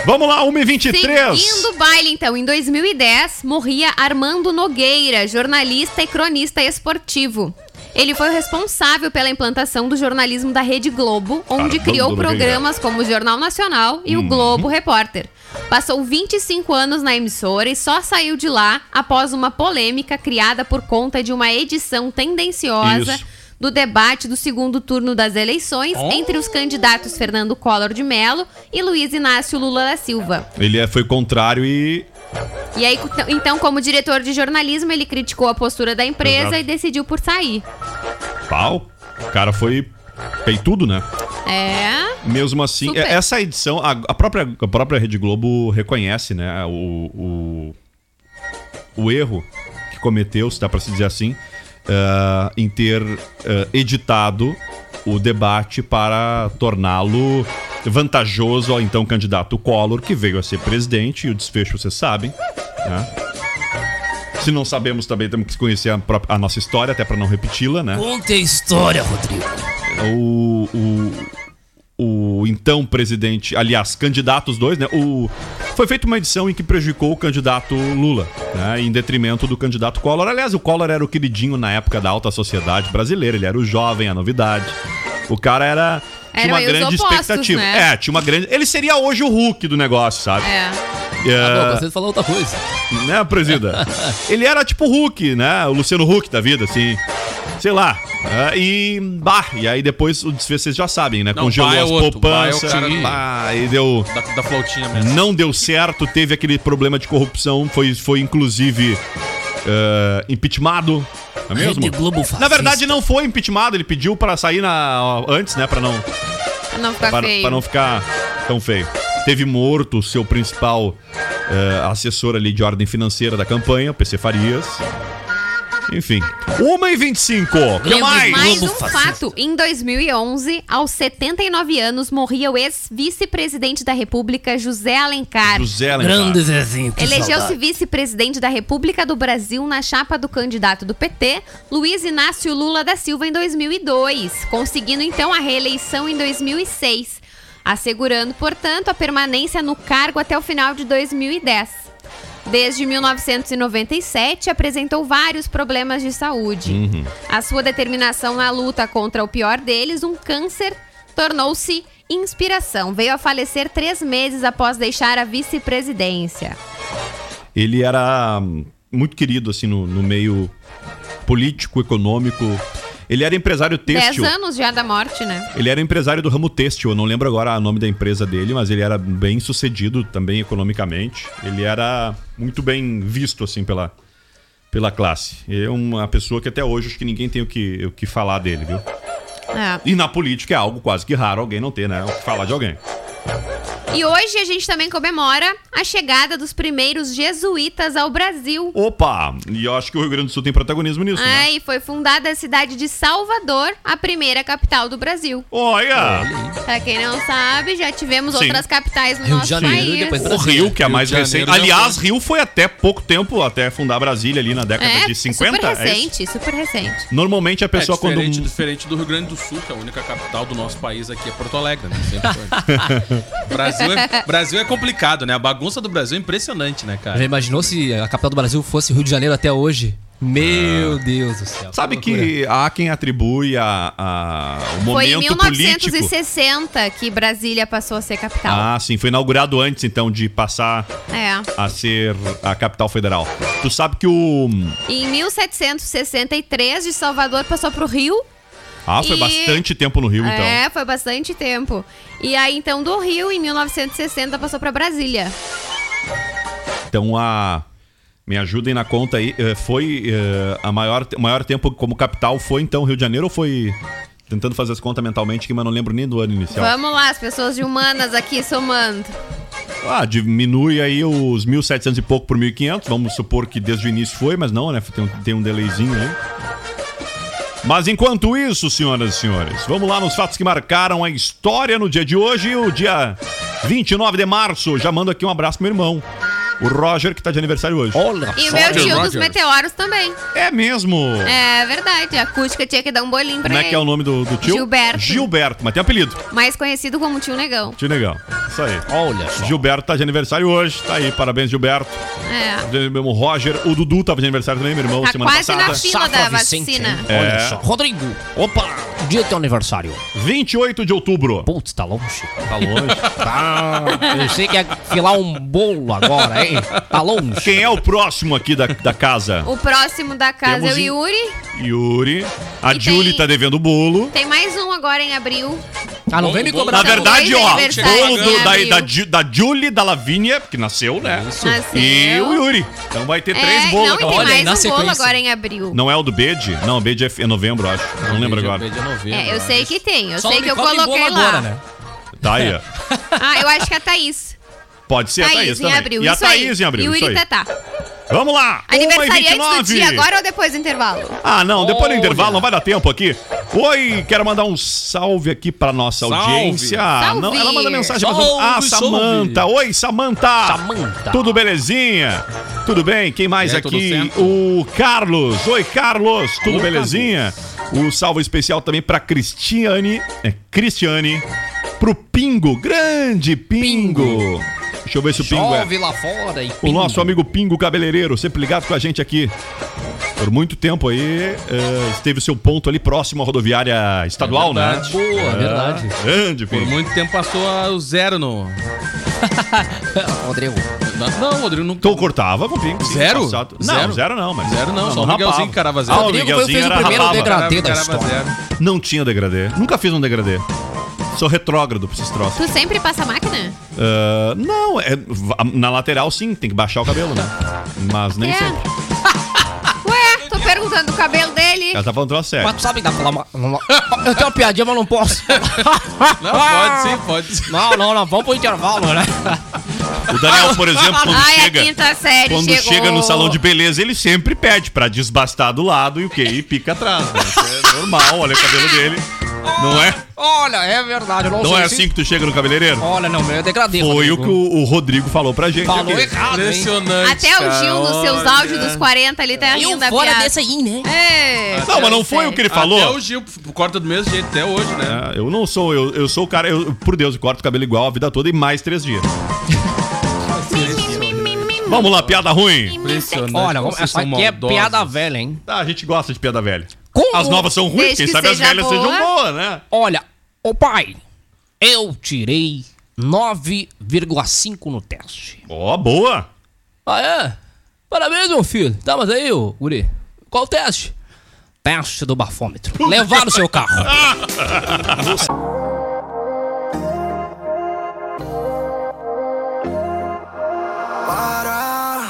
Speaker 5: Vamos lá, 1h23.
Speaker 7: Seguindo o baile, então, em 2010, morria Armando Nogueira, jornalista e cronista esportivo. Ele foi o responsável pela implantação do jornalismo da Rede Globo, onde
Speaker 5: Armando
Speaker 7: criou
Speaker 5: Nogueira. Uhum.
Speaker 7: programas como o Jornal Nacional e o Globo Repórter. Passou 25 anos na emissora e só saiu de lá após uma polêmica criada por conta de uma edição tendenciosa
Speaker 5: Isso.
Speaker 7: do debate do segundo turno das eleições entre
Speaker 5: Oh.
Speaker 7: os candidatos Fernando Collor de Mello e Luiz Inácio Lula da Silva.
Speaker 5: Ele é- foi contrário e
Speaker 7: E aí, então- então, como diretor de jornalismo, ele criticou a postura da empresa
Speaker 5: Exato.
Speaker 7: e decidiu por sair.
Speaker 5: pau. O cara foi peitudo, né?
Speaker 7: É.
Speaker 5: Mesmo assim,
Speaker 7: Super.
Speaker 5: é- essa edição, a, a própria, a própria Rede Globo reconhece, né, o, o, o erro que cometeu, se dá pra se dizer assim, ah, em ter ah, editado o debate para torná-lo vantajoso ao então candidato Collor, que veio a ser presidente, e o desfecho vocês sabem, né? Se não sabemos também, temos que conhecer a, própria- a nossa história, até pra não repeti-la, né?
Speaker 6: Conte a história, Rodrigo.
Speaker 5: o, o, o então presidente, aliás, candidatos dois, né? O, foi feita uma edição em que prejudicou o candidato Lula, né? Em detrimento do candidato Collor. Aliás, o Collor era o queridinho na época da alta sociedade brasileira, ele era o jovem, a novidade. O cara era. Tinha
Speaker 7: Eram
Speaker 5: uma
Speaker 7: aí os
Speaker 5: grande
Speaker 7: opostos,
Speaker 5: expectativa.
Speaker 7: né?
Speaker 5: É, tinha uma grande. Ele seria hoje o Hulk do negócio, sabe?
Speaker 7: É.
Speaker 5: É,
Speaker 6: Ah, bom, você falou outra coisa.
Speaker 5: né, presida? Ele era tipo o Hulk, né? O Luciano Huck da vida, assim. Sei lá. Ah, e. Bah, e aí depois o desfecho vocês já sabem, né?
Speaker 8: Não,
Speaker 5: Congelou
Speaker 8: bah é
Speaker 5: as
Speaker 8: outro, bah é o
Speaker 5: poupanças.
Speaker 8: cara do-
Speaker 5: bah, e deu.
Speaker 8: da, da flautinha mesmo.
Speaker 5: Não deu certo, teve aquele problema de corrupção, foi, foi inclusive eh, impeachmentado. Não é mesmo?
Speaker 6: Rede Globo fascista.
Speaker 5: Na verdade, não foi impeachmentado, ele pediu pra sair na, antes, né? Pra não,
Speaker 7: Pra não ficar
Speaker 5: para,
Speaker 7: feio.
Speaker 5: para não ficar tão feio. Teve morto o seu principal eh, assessor ali de ordem financeira da campanha, o PC Farias. Enfim. 1h25. que
Speaker 6: Lembro
Speaker 5: mais?
Speaker 7: Mais um
Speaker 6: Globo fascista.
Speaker 7: fato. Em 2011, aos 79 anos, morria o ex-vice-presidente da República, José Alencar.
Speaker 5: José Alencar.
Speaker 6: Grande Zezinho. que
Speaker 7: Elegeu-se
Speaker 6: saudade.
Speaker 7: vice-presidente da República do Brasil na chapa do candidato do PT, Luiz Inácio Lula da Silva, em 2002, conseguindo então a reeleição em 2006, assegurando, portanto, a permanência no cargo até o final de 2010. Desde 1997, apresentou vários problemas de saúde. A sua determinação na luta contra o pior deles, um câncer, tornou-se inspiração. Veio a falecer três meses após deixar a vice-presidência.
Speaker 5: Ele era hum, muito querido, assim, no, no meio político, econômico. Ele era empresário
Speaker 7: Dez
Speaker 5: têxtil.
Speaker 7: anos já da morte, né?
Speaker 5: Ele era empresário do ramo têxtil, eu não lembro agora o nome da empresa dele, mas ele era bem sucedido também economicamente. Ele era muito bem visto, assim, pela, pela classe. Ele é uma pessoa que até hoje acho que ninguém tem o que, o que falar dele, viu?
Speaker 7: É.
Speaker 5: E na política é algo quase que raro alguém não ter, né? O que falar de alguém.
Speaker 7: E hoje a gente também comemora a chegada dos primeiros jesuítas ao Brasil.
Speaker 5: Opa! E eu acho que o Rio Grande do Sul tem protagonismo nisso, né?
Speaker 7: Aí foi fundada a cidade de Salvador, a primeira capital do Brasil.
Speaker 5: Olha!
Speaker 7: Pra quem não sabe, já tivemos
Speaker 5: Sim.
Speaker 7: outras capitais no
Speaker 6: Rio de
Speaker 7: nosso
Speaker 6: Janeiro e
Speaker 7: país.
Speaker 6: depois
Speaker 5: O Rio, que é a
Speaker 8: Rio
Speaker 5: mais
Speaker 8: de
Speaker 5: recente.
Speaker 8: Janeiro
Speaker 5: Aliás, Rio foi até pouco tempo, até fundar Brasília ali na década
Speaker 7: É,
Speaker 5: de 50.
Speaker 7: super
Speaker 5: é isso?
Speaker 7: recente, super recente.
Speaker 5: Normalmente a pessoa
Speaker 8: é,
Speaker 5: quando.
Speaker 8: diferente, diferente do Rio Grande do Sul, que é a única capital do nosso país aqui, é Porto Alegre, né? Sempre foi. Brasil é, Brasil é complicado, né? A bagunça do Brasil é impressionante, né,
Speaker 6: Já
Speaker 5: É
Speaker 8: cara?
Speaker 6: imaginou se a capital do Brasil fosse Rio de Janeiro até hoje? Meu Deus do céu.
Speaker 5: Sabe
Speaker 6: loucura.
Speaker 5: que há quem atribui a, a- o
Speaker 7: Foi em
Speaker 5: momento político.
Speaker 7: 1960 que Brasília passou a ser capital.
Speaker 5: Ah, sim, foi inaugurado antes então de passar
Speaker 7: É.
Speaker 5: a ser a capital federal. Tu sabe que o
Speaker 7: Em 1763, de Salvador passou pro Rio.
Speaker 5: Ah, foi
Speaker 7: E-
Speaker 5: bastante tempo no Rio então.
Speaker 7: É, foi bastante tempo. E aí, então, do Rio, em 1960, passou pra Brasília.
Speaker 5: Então a me ajudem na conta aí, eh, foi eh, a maior o maior tempo como capital foi então Rio de Janeiro ou foi tentando fazer as contas mentalmente que mas não lembro nem do ano inicial.
Speaker 7: Vamos lá, as pessoas de humanas aqui somando.
Speaker 5: Ah, diminui aí os 1700 e pouco por 1500, vamos supor que desde o início foi, mas não, né? Tem um, tem um delayzinho aí. Mas enquanto isso, senhoras e senhores, vamos lá nos fatos que marcaram a história no dia de hoje, o dia 29 de março. Já mando aqui um abraço pro meu irmão, o Roger, que tá de aniversário hoje.
Speaker 6: Olha
Speaker 7: E o
Speaker 6: só.
Speaker 7: meu tio
Speaker 8: Rogers.
Speaker 7: dos meteoros também.
Speaker 5: É mesmo?
Speaker 7: É verdade, a acústica tinha que dar um bolinho pra
Speaker 5: Como é
Speaker 7: ele.
Speaker 5: que é o nome do, do tio?
Speaker 7: Gilberto.
Speaker 5: Gilberto, mas tem apelido.
Speaker 7: Mais conhecido como tio Negão.
Speaker 5: Tio legal. Isso aí.
Speaker 6: Olha só.
Speaker 5: Gilberto tá de aniversário hoje. Tá aí, parabéns, Gilberto.
Speaker 7: É.
Speaker 5: O Roger, o Dudu tava de aniversário também, meu irmão,
Speaker 7: Tá
Speaker 5: semana
Speaker 7: quase
Speaker 5: passada.
Speaker 7: na fila da vacina.
Speaker 6: hein?
Speaker 5: É.
Speaker 6: Olha só. Rodrigo. Opa. Dia do teu aniversário.
Speaker 5: 28 de outubro.
Speaker 6: Putz, tá longe.
Speaker 5: Tá longe.
Speaker 6: Eu sei que é filar um bolo agora, hein? Tá longe.
Speaker 5: Quem é o próximo aqui da, da casa?
Speaker 7: O próximo da casa
Speaker 5: Temos
Speaker 7: é o
Speaker 5: em-
Speaker 7: Yuri.
Speaker 5: Yuri. A
Speaker 7: E
Speaker 5: Julie
Speaker 7: tem-
Speaker 5: tá devendo bolo.
Speaker 7: Tem mais um agora em abril.
Speaker 6: Ah, não vem me
Speaker 8: Bolo,
Speaker 6: cobrar.
Speaker 5: Na
Speaker 7: São
Speaker 5: verdade,
Speaker 7: dois
Speaker 5: ó,
Speaker 7: aniversários
Speaker 5: bolo do-
Speaker 7: em abril.
Speaker 5: da, da, Ju- da Julie, da Lavínia, que nasceu, né?
Speaker 7: Nasceu.
Speaker 5: E o Yuri. Então vai ter três
Speaker 7: Assim, é,
Speaker 5: bolos.
Speaker 7: não, e
Speaker 5: aquela
Speaker 7: tem
Speaker 5: hora.
Speaker 6: Olha aí,
Speaker 7: mais
Speaker 6: na
Speaker 7: um bolo
Speaker 6: sequência.
Speaker 7: agora em abril.
Speaker 5: Não é o do Bede? Não, o Bede é f- é novembro, acho. Não lembro agora.
Speaker 8: Beijo, beijo, novembro,
Speaker 6: né?
Speaker 7: É, eu
Speaker 8: acho.
Speaker 7: sei que tem, eu
Speaker 6: Só
Speaker 7: sei
Speaker 6: não
Speaker 7: que
Speaker 6: me
Speaker 7: eu
Speaker 6: cobrem
Speaker 7: coloquei
Speaker 6: bolo
Speaker 7: lá.
Speaker 6: agora, né?
Speaker 5: Tá aí. ó.
Speaker 7: Ah, eu acho que é a Thaís.
Speaker 5: Pode ser a Thaís,
Speaker 7: Thaís, em
Speaker 5: também.
Speaker 7: abril.
Speaker 5: E a
Speaker 7: isso aí.
Speaker 5: Thaís em abril,
Speaker 7: Yuri
Speaker 5: isso aí.
Speaker 7: Tatá.
Speaker 5: Vamos lá! 1 e
Speaker 7: Aniversariante
Speaker 5: 29.
Speaker 7: do dia, agora ou depois do intervalo?
Speaker 5: Ah, não, depois do
Speaker 6: Olha.
Speaker 5: intervalo não vai dar tempo aqui. Oi, quero mandar um salve aqui pra nossa
Speaker 8: Salve.
Speaker 5: audiência.
Speaker 7: Salve.
Speaker 5: Não, ela manda mensagem pra
Speaker 6: Salve,
Speaker 5: Ah, Samanta. Oi, Samanta.
Speaker 6: Samanta.
Speaker 5: Tudo belezinha? Tudo bem? Quem mais
Speaker 8: É, tudo
Speaker 5: aqui?
Speaker 8: certo.
Speaker 5: O Carlos. Oi, Carlos. Tudo
Speaker 8: Alô,
Speaker 5: belezinha? Um salve especial também pra Cristiane. É, Cristiane. Pro Pingo. Grande Pingo. Deixa eu ver se o Pingo é.
Speaker 6: Chove lá fora e
Speaker 5: O nosso amigo Pingo Cabeleireiro, sempre ligado com a gente aqui. Por muito tempo aí, eh, esteve o seu ponto ali próximo à rodoviária estadual,
Speaker 8: É
Speaker 5: né?
Speaker 8: verdade.
Speaker 6: Boa, verdade.
Speaker 5: Grande,
Speaker 8: Por
Speaker 5: Pingo.
Speaker 8: muito tempo passou a- o zero no.
Speaker 6: Rodrigo.
Speaker 8: Não, Rodrigo, não.
Speaker 5: Então cortava com o Pingo. sim,
Speaker 8: Zero?
Speaker 5: passado. Não, zero,
Speaker 8: Zero?
Speaker 5: não, mas.
Speaker 8: Zero não, só o
Speaker 5: rapava.
Speaker 8: Miguelzinho que carava zero.
Speaker 5: Ah, o
Speaker 6: Rodrigo foi-
Speaker 5: Miguelzinho
Speaker 6: fez o
Speaker 5: era
Speaker 6: primeiro
Speaker 5: rapava.
Speaker 6: degradê.
Speaker 8: Carava-
Speaker 6: da
Speaker 8: carava
Speaker 6: história.
Speaker 8: zero.
Speaker 5: Não tinha degradê. Nunca fiz um degradê. Sou retrógrado pra esses troços.
Speaker 7: Tu sempre passa a máquina?
Speaker 5: Ah, não, é, va- na lateral sim, tem que baixar o cabelo, né? Mas nem
Speaker 7: É.
Speaker 5: sempre.
Speaker 7: Ué, tô perguntando o cabelo dele.
Speaker 5: Ela tá falando troço sério.
Speaker 6: Mas tu sabe que dá pra falar. uma- uma- Eu tenho uma piadinha, mas não posso.
Speaker 8: Não, pode sim, pode sim.
Speaker 6: Não, Ah, não, não. Vamos pro intervalo, né?
Speaker 5: O Daniel, por exemplo, quando
Speaker 7: Ai,
Speaker 5: chega.
Speaker 7: a quinta série
Speaker 5: Quando
Speaker 7: chegou.
Speaker 5: chega no salão de beleza, ele sempre pede pra desbastar do lado e o que? E pica atrás. né? Isso é normal, olha o cabelo dele. Não é?
Speaker 6: Olha, é verdade. Eu não,
Speaker 5: Não
Speaker 6: sei
Speaker 5: é
Speaker 6: se-
Speaker 5: assim que tu chega no cabeleireiro?
Speaker 6: Olha, não, meu, eu degradei.
Speaker 5: Foi o
Speaker 6: Rodrigo.
Speaker 5: que o, o Rodrigo falou pra gente.
Speaker 6: Falou
Speaker 5: aqui.
Speaker 6: errado, hein?
Speaker 8: Impressionante.
Speaker 7: Até o Gil nos seus áudios dos 40 ali tá rindo da piada.
Speaker 6: aí, né?
Speaker 7: É,
Speaker 5: Não, mas não foi o que ele
Speaker 8: Até
Speaker 5: falou.
Speaker 8: o Gil f- corta do mesmo jeito até hoje, né?
Speaker 5: É, eu não sou, eu, eu sou o cara, eu, por Deus, eu corto o cabelo igual a vida toda e mais três dias. Vamos lá, piada ruim.
Speaker 7: É,
Speaker 8: Impressionante.
Speaker 6: Olha, vamos,
Speaker 8: Vocês
Speaker 6: essa
Speaker 8: são
Speaker 6: aqui é
Speaker 8: maldosos.
Speaker 6: piada velha, hein?
Speaker 5: Ah, a gente gosta de piada velha.
Speaker 6: Como-
Speaker 5: As novas são ruins,
Speaker 7: Desde
Speaker 5: quem
Speaker 7: que
Speaker 5: sabe as
Speaker 7: seja
Speaker 5: velhas sejam
Speaker 7: boa.
Speaker 5: boas, né?
Speaker 6: Olha, ô pai, eu tirei 9,5 no teste.
Speaker 5: Ó, boa.
Speaker 6: Ah, é? Parabéns, meu filho. Tá, mas aí, ô, guri, qual o teste? Teste do bafômetro. Levar no seu carro.
Speaker 3: Para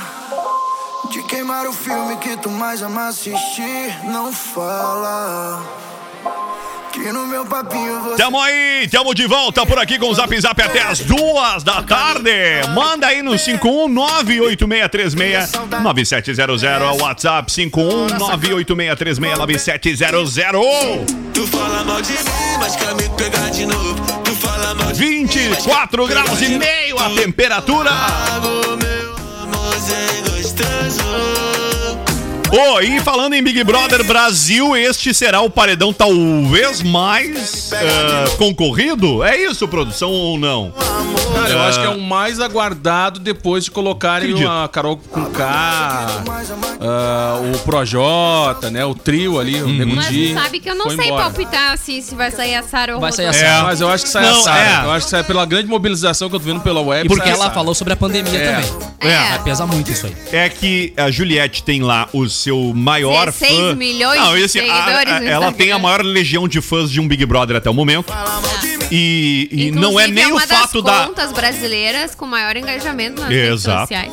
Speaker 3: de queimar o filme que tu mais ama assistir. Não fala que no meu papinho você.
Speaker 5: Tamo aí, tamo de volta por aqui com o Zap Zap até as duas da tarde. Manda aí no 51986369700 é o WhatsApp 51986369700.
Speaker 3: Tu fala mal de mim, mas quer me pegar de novo. Tu fala mal de
Speaker 5: 24 graus e meio a temperatura.
Speaker 3: mim, meu amor, é gostoso.
Speaker 5: Ô, e falando em Big Brother Brasil, este será o paredão talvez mais ah, concorrido? É isso, produção ou não?
Speaker 8: Cara, eu acho que é o mais aguardado depois de colocarem
Speaker 5: Acredito.
Speaker 8: a Carol com K, ah, o Projota, né? O trio ali, o Nego
Speaker 7: Mas
Speaker 8: Di,
Speaker 7: sabe que eu não
Speaker 8: foi
Speaker 7: sei
Speaker 8: embora.
Speaker 7: palpitar assim, se vai sair a Sarah ou
Speaker 6: Vai sair assim. a
Speaker 5: É.
Speaker 7: Rodolfo.
Speaker 8: Mas eu acho que sai
Speaker 5: Não,
Speaker 8: a Sara.
Speaker 5: é.
Speaker 8: Eu acho que sai pela grande mobilização que eu tô vendo pela web.
Speaker 6: E porque
Speaker 8: sai a
Speaker 6: ela
Speaker 8: Sara.
Speaker 6: falou sobre a pandemia
Speaker 8: É.
Speaker 6: também.
Speaker 7: É.
Speaker 6: Vai pesar muito isso aí.
Speaker 5: É que a Juliette tem lá o seu maior
Speaker 7: 16
Speaker 5: fã.
Speaker 7: milhões
Speaker 5: Não,
Speaker 7: de
Speaker 5: esse- a-
Speaker 7: seguidores
Speaker 5: a-
Speaker 7: no
Speaker 5: ela
Speaker 7: Instagram.
Speaker 5: tem a maior legião de fãs de um Big Brother até o momento. E, e
Speaker 7: Inclusive,
Speaker 5: não é nem o
Speaker 7: uma
Speaker 5: fato
Speaker 7: das
Speaker 5: da.
Speaker 7: contas brasileiras com maior engajamento nas
Speaker 5: Exato.
Speaker 7: redes sociais.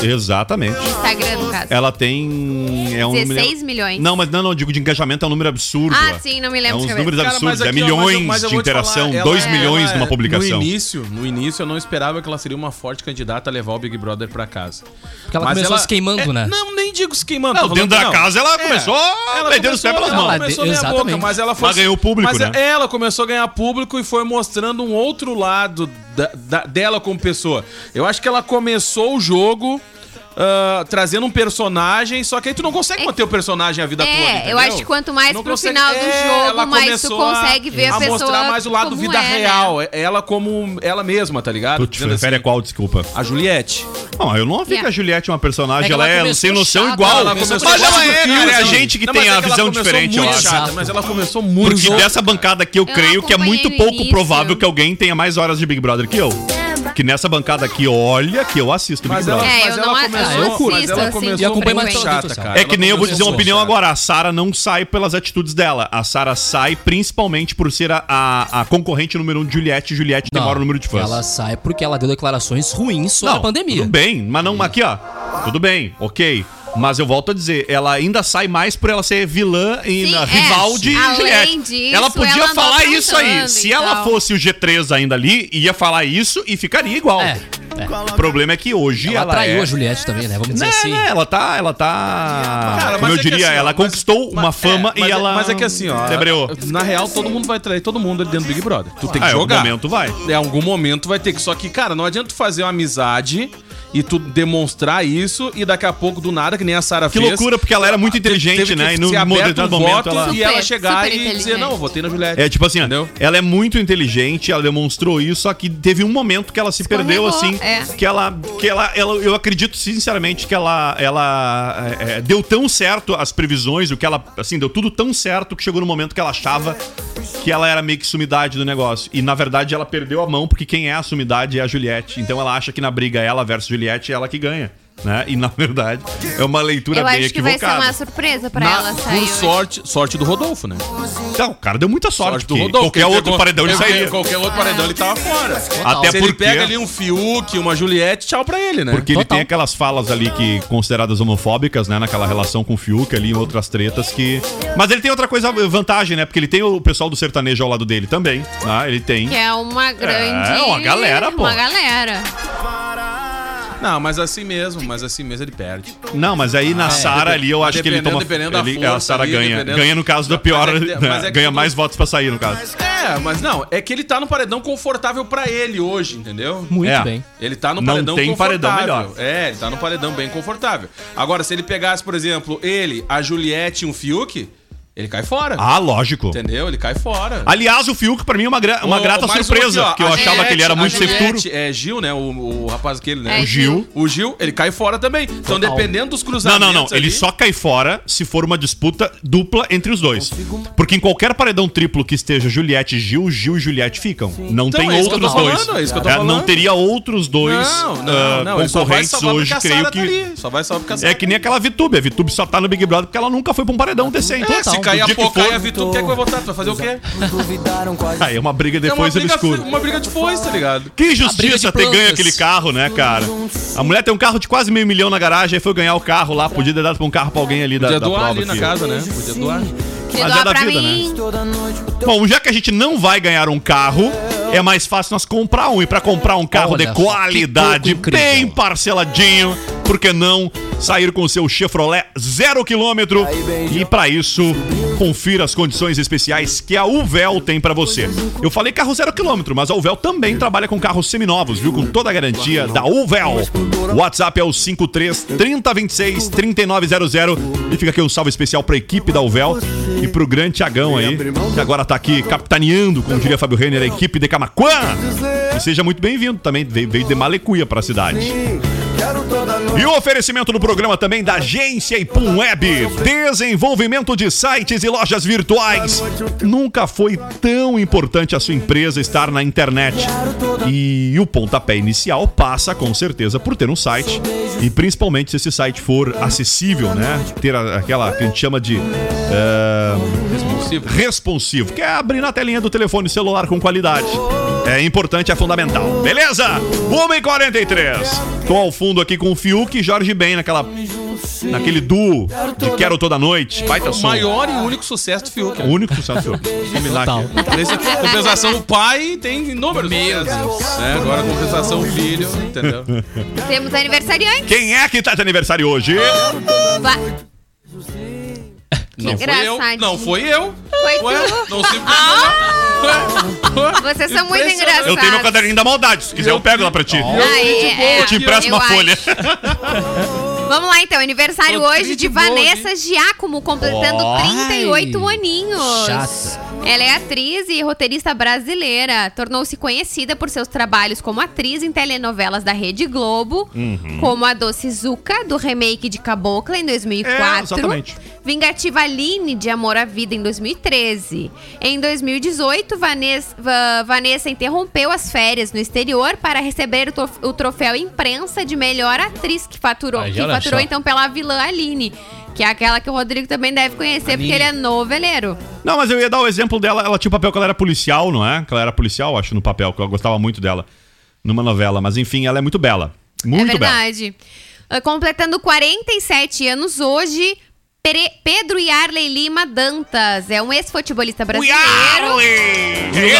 Speaker 5: Exatamente.
Speaker 7: Instagram, no caso.
Speaker 5: Ela tem. É um
Speaker 7: 16 milhões.
Speaker 5: Não, mas não, não, eu digo de engajamento é um número absurdo.
Speaker 7: Ah, sim, não me
Speaker 5: É
Speaker 7: lembro de
Speaker 5: uns
Speaker 7: cabeça.
Speaker 5: números
Speaker 8: Cara, mas
Speaker 5: absurdos, é
Speaker 8: aqui, ó, mas eu-
Speaker 5: milhões
Speaker 8: mas eu
Speaker 5: de
Speaker 8: vou te
Speaker 5: interação,
Speaker 8: falar,
Speaker 5: 2
Speaker 8: ela- é-
Speaker 5: milhões
Speaker 8: ela-
Speaker 5: numa publicação.
Speaker 8: No início, no início eu não esperava que ela seria uma forte candidata a levar o Big Brother pra casa. Porque
Speaker 6: ela começou se queimando, né?
Speaker 8: Não, nem digo se queimando.
Speaker 5: Não,
Speaker 8: tô
Speaker 5: dentro
Speaker 8: falando
Speaker 5: da
Speaker 8: que não. É,
Speaker 5: casa ela começou a meter os pés pelas
Speaker 8: ela
Speaker 5: mãos.
Speaker 8: começou a
Speaker 6: Ela-
Speaker 8: ganhar boca,
Speaker 6: exatamente.
Speaker 8: mas ela foi
Speaker 5: Mas ganhou público,
Speaker 8: mas é,
Speaker 5: né?
Speaker 8: Ela começou a ganhar público e foi mostrando um outro lado da- da- dela como pessoa. Eu acho que ela começou o jogo ah, trazendo um personagem, só que aí tu não consegue
Speaker 7: É-
Speaker 8: manter o personagem a vida toda.
Speaker 7: É, eu
Speaker 8: entendeu?
Speaker 7: acho que quanto mais
Speaker 8: Não
Speaker 7: pro
Speaker 8: consegue-
Speaker 7: final do
Speaker 8: É,
Speaker 7: jogo,
Speaker 8: ela
Speaker 7: mais tu
Speaker 8: começou a-
Speaker 7: consegue ver a,
Speaker 8: a
Speaker 7: pessoa.
Speaker 8: mostrar mais o lado
Speaker 7: como
Speaker 8: vida
Speaker 7: é, né?
Speaker 8: real. Ela como ela mesma, tá ligado?
Speaker 5: Tu te
Speaker 8: Dizendo assim,
Speaker 5: refere a qual, desculpa?
Speaker 8: a Juliette.
Speaker 5: Não, eu não vi
Speaker 7: Yeah.
Speaker 5: que a Juliette é uma personagem,
Speaker 6: É que
Speaker 5: ela,
Speaker 6: ela
Speaker 5: é
Speaker 6: começou
Speaker 5: sem noção
Speaker 6: chata,
Speaker 5: igual.
Speaker 6: ela
Speaker 5: mas
Speaker 6: começou
Speaker 5: ela
Speaker 6: chata
Speaker 5: é,
Speaker 6: no
Speaker 5: cara, é a
Speaker 6: filme,
Speaker 5: gente que
Speaker 8: Não, mas
Speaker 5: tem
Speaker 8: é
Speaker 5: a
Speaker 8: que ela
Speaker 5: visão
Speaker 8: começou
Speaker 5: diferente, eu
Speaker 8: muito
Speaker 5: acho.
Speaker 8: chata, mas ela começou muito
Speaker 5: Porque
Speaker 8: chata.
Speaker 5: dessa bancada aqui eu
Speaker 7: Eu
Speaker 5: creio que é
Speaker 7: acompanhei
Speaker 5: muito
Speaker 7: no
Speaker 5: pouco
Speaker 7: início.
Speaker 5: provável que alguém tenha mais horas de Big Brother que eu. Que nessa bancada aqui, olha que eu assisto Big
Speaker 8: Mas ela,
Speaker 5: Brother.
Speaker 7: É,
Speaker 8: mas
Speaker 7: eu
Speaker 8: ela
Speaker 7: não a- eu
Speaker 8: começou,
Speaker 6: não assisto,
Speaker 8: mas ela
Speaker 7: assim,
Speaker 8: começou
Speaker 6: E acompanho mais
Speaker 8: muito
Speaker 6: pela rede
Speaker 8: chata,
Speaker 6: social.
Speaker 8: cara.
Speaker 5: É
Speaker 8: Ah, Ela
Speaker 5: que nem eu vou
Speaker 8: começou
Speaker 5: dizer uma
Speaker 8: muito
Speaker 5: opinião
Speaker 8: chata.
Speaker 5: agora. A Sara não sai pelas atitudes dela. A Sara sai principalmente por ser a, a- a concorrente número um de Juliette. e Juliette
Speaker 6: Não,
Speaker 5: demora o número de fãs.
Speaker 6: Ela sai É porque ela deu declarações ruins sobre a pandemia.
Speaker 5: Tudo bem, mas não, aqui ó. Tudo bem, ok. Mas eu volto a dizer, ela ainda sai mais por ela ser vilã e
Speaker 7: Sim,
Speaker 5: na-
Speaker 7: é.
Speaker 5: rival de
Speaker 7: Além
Speaker 5: Juliette.
Speaker 7: disso,
Speaker 5: ela podia
Speaker 7: ela andou
Speaker 5: falar isso aí.
Speaker 7: aprontando,
Speaker 5: Se ela
Speaker 7: então.
Speaker 5: fosse o G3 ainda ali, ia falar isso e ficaria igual.
Speaker 6: É.
Speaker 5: O problema é que hoje
Speaker 6: é.
Speaker 5: ela,
Speaker 6: Ela traiu
Speaker 5: é...
Speaker 6: a Juliette também, né? Vamos dizer
Speaker 5: Né,
Speaker 6: assim.
Speaker 5: né, ela tá, ela tá.
Speaker 8: Cara, mas
Speaker 5: como eu
Speaker 8: é que
Speaker 5: diria,
Speaker 8: assim, ó,
Speaker 5: ela
Speaker 8: mas-
Speaker 5: conquistou
Speaker 8: mas-
Speaker 5: uma fama
Speaker 8: é, mas
Speaker 5: e
Speaker 8: é-
Speaker 5: ela.
Speaker 8: Mas é que assim, ó.
Speaker 5: Debreou.
Speaker 8: Na real, todo mundo vai trair todo mundo ali dentro do Big Brother. Tu tem que
Speaker 5: Ah, em algum
Speaker 8: jogar.
Speaker 5: momento vai.
Speaker 8: Em algum momento vai ter que. Só que, cara, não adianta tu fazer uma amizade e tu demonstrar isso e daqui a pouco, do nada, que nem a Sara
Speaker 5: Que
Speaker 8: fez.
Speaker 5: loucura, porque ela era muito inteligente,
Speaker 8: teve
Speaker 5: né?
Speaker 8: que
Speaker 5: E no
Speaker 8: ser aberto
Speaker 5: determinado
Speaker 8: um
Speaker 5: momento
Speaker 8: voto
Speaker 5: ela.
Speaker 8: E ela
Speaker 7: Super,
Speaker 8: chegar
Speaker 7: super
Speaker 8: e dizer,
Speaker 7: inteligente.
Speaker 8: não, eu votei na Juliette.
Speaker 5: É tipo assim, ó,
Speaker 8: entendeu?
Speaker 5: ela é muito inteligente, ela demonstrou isso, só que teve um momento que ela se perdeu
Speaker 7: Escorregou,
Speaker 5: assim,
Speaker 7: é.
Speaker 5: que ela, que ela, ela- eu acredito sinceramente que ela, ela é, é, deu tão certo as previsões, o que ela, assim, deu tudo tão certo que chegou no momento que ela achava que ela era meio que sumidade do negócio e na verdade ela perdeu a mão porque quem é a sumidade é a Juliette, então ela acha que na briga ela versus Juliette é ela que ganha. Né? E na verdade é uma leitura
Speaker 7: Eu
Speaker 5: bem
Speaker 7: acho que vai ser
Speaker 5: equivocada.
Speaker 7: uma surpresa pra
Speaker 8: Na-
Speaker 7: ela né? sair.
Speaker 8: por
Speaker 7: hoje.
Speaker 8: sorte, sorte do Rodolfo, né?
Speaker 5: Então, o cara deu muita sorte. porque qualquer
Speaker 8: ele
Speaker 5: outro
Speaker 8: pegou-
Speaker 5: paredão ele
Speaker 8: ele
Speaker 5: sairia.
Speaker 8: Qualquer outro paredão ele tava fora.
Speaker 5: Até porque...
Speaker 8: Se ele pega ali um Fiuk, uma Juliette, tchau pra ele, né?
Speaker 5: Porque ele
Speaker 6: É, Total.
Speaker 5: tem aquelas falas ali que consideradas homofóbicas, né? Naquela relação com o Fiuk ali, em outras tretas que. Mas ele tem outra coisa, vantagem, né? Porque ele tem o pessoal do sertanejo ao lado dele também, né? Ele tem.
Speaker 7: Que é uma grande.
Speaker 5: É, uma galera, pô.
Speaker 7: Uma galera.
Speaker 8: Não, mas assim mesmo, mas assim mesmo ele perde.
Speaker 5: Não, mas aí
Speaker 6: É.
Speaker 5: na Sara ali eu acho que ele
Speaker 8: dependendo-
Speaker 5: toma.
Speaker 8: dependendo da
Speaker 5: ele-
Speaker 8: força
Speaker 5: a Sara
Speaker 8: ali,
Speaker 5: ganha.
Speaker 8: dependendo-
Speaker 5: Ganha no caso da
Speaker 8: Mas
Speaker 5: pior.
Speaker 8: é que-
Speaker 5: né?
Speaker 8: mas é que
Speaker 5: ganha
Speaker 8: tudo-
Speaker 5: mais votos pra sair, no caso.
Speaker 8: É, mas não, é que ele tá no paredão confortável pra ele hoje, entendeu?
Speaker 6: Muito
Speaker 5: É.
Speaker 6: bem.
Speaker 8: Ele tá no
Speaker 5: Não
Speaker 8: paredão
Speaker 5: tem
Speaker 8: confortável.
Speaker 5: paredão melhor.
Speaker 8: É, ele tá no paredão bem confortável. Agora, se ele pegasse, por exemplo, ele, a Juliette e um Fiuk, ele cai fora.
Speaker 5: Ah, lógico.
Speaker 8: Entendeu? Ele cai fora.
Speaker 5: Aliás, o Fiuk pra mim é uma, gra- uma
Speaker 8: Ô,
Speaker 5: grata
Speaker 8: mais um
Speaker 5: surpresa,
Speaker 8: aqui, ó.
Speaker 5: porque eu
Speaker 8: A
Speaker 5: achava que ele era
Speaker 8: Juliette-
Speaker 5: muito
Speaker 8: a
Speaker 5: sem futuro.
Speaker 8: Juliette, É Gil, né? O, o rapaz aquele, né?
Speaker 7: É,
Speaker 5: O Gil.
Speaker 8: O Gil, ele cai fora também. Então,
Speaker 6: Total.
Speaker 8: dependendo dos
Speaker 5: Não,
Speaker 8: cruzamentos.
Speaker 5: não, não. Ele
Speaker 8: ali-
Speaker 5: só cai fora se for uma disputa dupla entre os dois. Porque em qualquer paredão triplo que esteja Juliette e Gil, Gil e Juliette ficam. Não
Speaker 8: Então,
Speaker 5: tem
Speaker 8: é isso que eu
Speaker 5: outros
Speaker 8: tô
Speaker 5: dois.
Speaker 8: falando, é isso que eu tô
Speaker 5: É, não
Speaker 8: falando.
Speaker 5: teria outros dois
Speaker 8: Não,
Speaker 5: ah,
Speaker 8: não, não. ele só vai
Speaker 5: concorrentes
Speaker 8: salvar
Speaker 5: hoje,
Speaker 8: porque a
Speaker 5: creio
Speaker 8: Sara tá
Speaker 5: que.
Speaker 8: ali. Só vai salvar porque a Sara
Speaker 5: É que nem aquela Vitube. A Vitube só tá no Big Brother porque ela nunca foi pra um paredão decente.
Speaker 8: É, se
Speaker 5: Do dia
Speaker 8: cair a
Speaker 5: que
Speaker 8: Pocá
Speaker 5: for-
Speaker 8: e a Vitu, quer que vai votar? Tu vai fazer o quê?
Speaker 5: Ah, é uma briga
Speaker 8: É uma
Speaker 5: depois do
Speaker 8: briga,
Speaker 5: escuro.
Speaker 8: uma briga de foice, tá ligado?
Speaker 5: Que
Speaker 6: briga de
Speaker 5: injustiça ter ganho
Speaker 6: plantas.
Speaker 5: aquele carro, né, cara? A mulher tem um carro de quase meio milhão na garagem, aí foi ganhar o carro lá, podia ter dado pra um carro pra alguém ali da,
Speaker 8: Podia
Speaker 5: da prova.
Speaker 8: doar ali na
Speaker 5: aqui.
Speaker 8: casa, né? Podia doar.
Speaker 7: Se
Speaker 5: Mas é
Speaker 7: doar
Speaker 5: da
Speaker 7: pra
Speaker 5: vida,
Speaker 7: mim.
Speaker 5: Bom, já que a gente não vai ganhar um carro, é mais fácil nós comprar um. E pra comprar um carro
Speaker 6: Olha
Speaker 5: de
Speaker 6: só, que
Speaker 5: qualidade,
Speaker 6: pouco incrível.
Speaker 5: bem parceladinho, por que não sair com seu Chevrolet zero quilômetro? E para isso, confira as condições especiais que a Uvel tem para você. Eu falei carro zero quilômetro, mas a Uvel também trabalha com carros seminovos, viu? Com toda a garantia da Uvel. O WhatsApp é o 53 3026 3900 e fica aqui um salve especial para a equipe da Uvel e pro grande Tiagão aí, que agora tá aqui capitaneando, como diria Fábio Renner, a equipe de Camacuã. E seja muito bem-vindo também, veio veio de Malecuia para a cidade. E o oferecimento do programa também da agência Ipum Web. Desenvolvimento de sites e lojas virtuais. Nunca foi tão importante a sua empresa estar na internet. E o pontapé inicial passa com certeza por ter um site. E principalmente se esse site for acessível, né? Ter a- aquela que a gente chama de. eh,
Speaker 8: um
Speaker 5: responsivo, que é abrir na telinha do telefone celular com qualidade. É importante, é fundamental. Beleza? 1h43. Tô ao fundo aqui com o Fiuk e Jorge Ben naquela. Naquele duo de Quero Toda Noite. Baita som.
Speaker 8: Maior e único sucesso do Fiuk.
Speaker 5: tá O único sucesso. Vamos lá aqui.
Speaker 8: Nesse- Compensação o pai tem inúmeros. Meu Deus. É, agora compensação o filho, entendeu?
Speaker 7: Temos aniversariante.
Speaker 5: Quem é que tá de aniversário hoje?
Speaker 7: Va-
Speaker 8: Não foi eu.
Speaker 7: Engraçadinho.
Speaker 8: Não foi eu.
Speaker 7: Foi
Speaker 8: Ué,
Speaker 7: tu.
Speaker 8: não sei porque. Ué, ué.
Speaker 7: Vocês são muito
Speaker 8: Impressionante.
Speaker 7: engraçados.
Speaker 5: Eu tenho meu caderninho da maldade. Se quiser, eu pego lá pra ti.
Speaker 7: Ah, é, é,
Speaker 5: Eu te empresto
Speaker 7: eu
Speaker 5: uma
Speaker 7: acho.
Speaker 5: folha.
Speaker 7: Vamos lá então, aniversário
Speaker 8: Tô
Speaker 7: hoje de
Speaker 8: triste boa,
Speaker 7: Vanessa Giacomo, completando
Speaker 5: Ó.
Speaker 7: 38
Speaker 6: Ai,
Speaker 7: aninhos.
Speaker 6: chata.
Speaker 7: Ela é atriz e roteirista brasileira. Tornou-se conhecida por seus trabalhos como atriz em telenovelas da Rede Globo, como a Doce Zuca, do remake de Cabocla, em 2004.
Speaker 5: É, exatamente.
Speaker 7: Vingativa Aline, de Amor à Vida, em 2013. Em 2018, Vanessa, Va- Vanessa interrompeu as férias no exterior para receber o tof- o troféu imprensa de melhor atriz, que faturou,
Speaker 6: Aí,
Speaker 7: que
Speaker 6: olha
Speaker 7: faturou
Speaker 6: só.
Speaker 7: então pela vilã Aline. Que é aquela que o Rodrigo também deve conhecer, porque ele é noveleiro.
Speaker 5: Não, mas eu ia dar o exemplo dela. Ela tinha o papel que ela era policial, não é? Que ela era policial, acho, no papel, que eu gostava muito dela. Numa novela. Mas enfim, ela é muito bela. Muito
Speaker 7: é
Speaker 5: bela.
Speaker 7: verdade. Ah, Completando 47 anos hoje, Pere- Pedro Yarley Lima Dantas. É um ex-futebolista brasileiro.
Speaker 6: um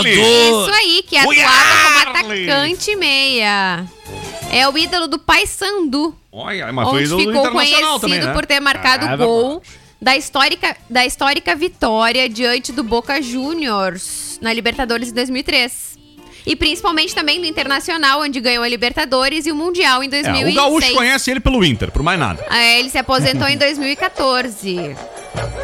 Speaker 7: Isso aí, que atuava como
Speaker 5: Yarley!
Speaker 7: atacante e meia. É o ídolo do Paysandu,
Speaker 5: Olha, mas foi
Speaker 7: onde
Speaker 5: ídolo
Speaker 7: ficou
Speaker 5: internacional
Speaker 7: conhecido
Speaker 5: também, né?
Speaker 7: por ter marcado
Speaker 5: Ah, é
Speaker 7: o gol da histórica, da histórica vitória diante do Boca Juniors na Libertadores em 2003. E principalmente também no Internacional, onde ganhou a Libertadores e o Mundial em
Speaker 5: É,
Speaker 7: 2006.
Speaker 5: o Gaúcho conhece ele pelo Inter, por mais nada.
Speaker 7: Ah, Ele se aposentou em 2014.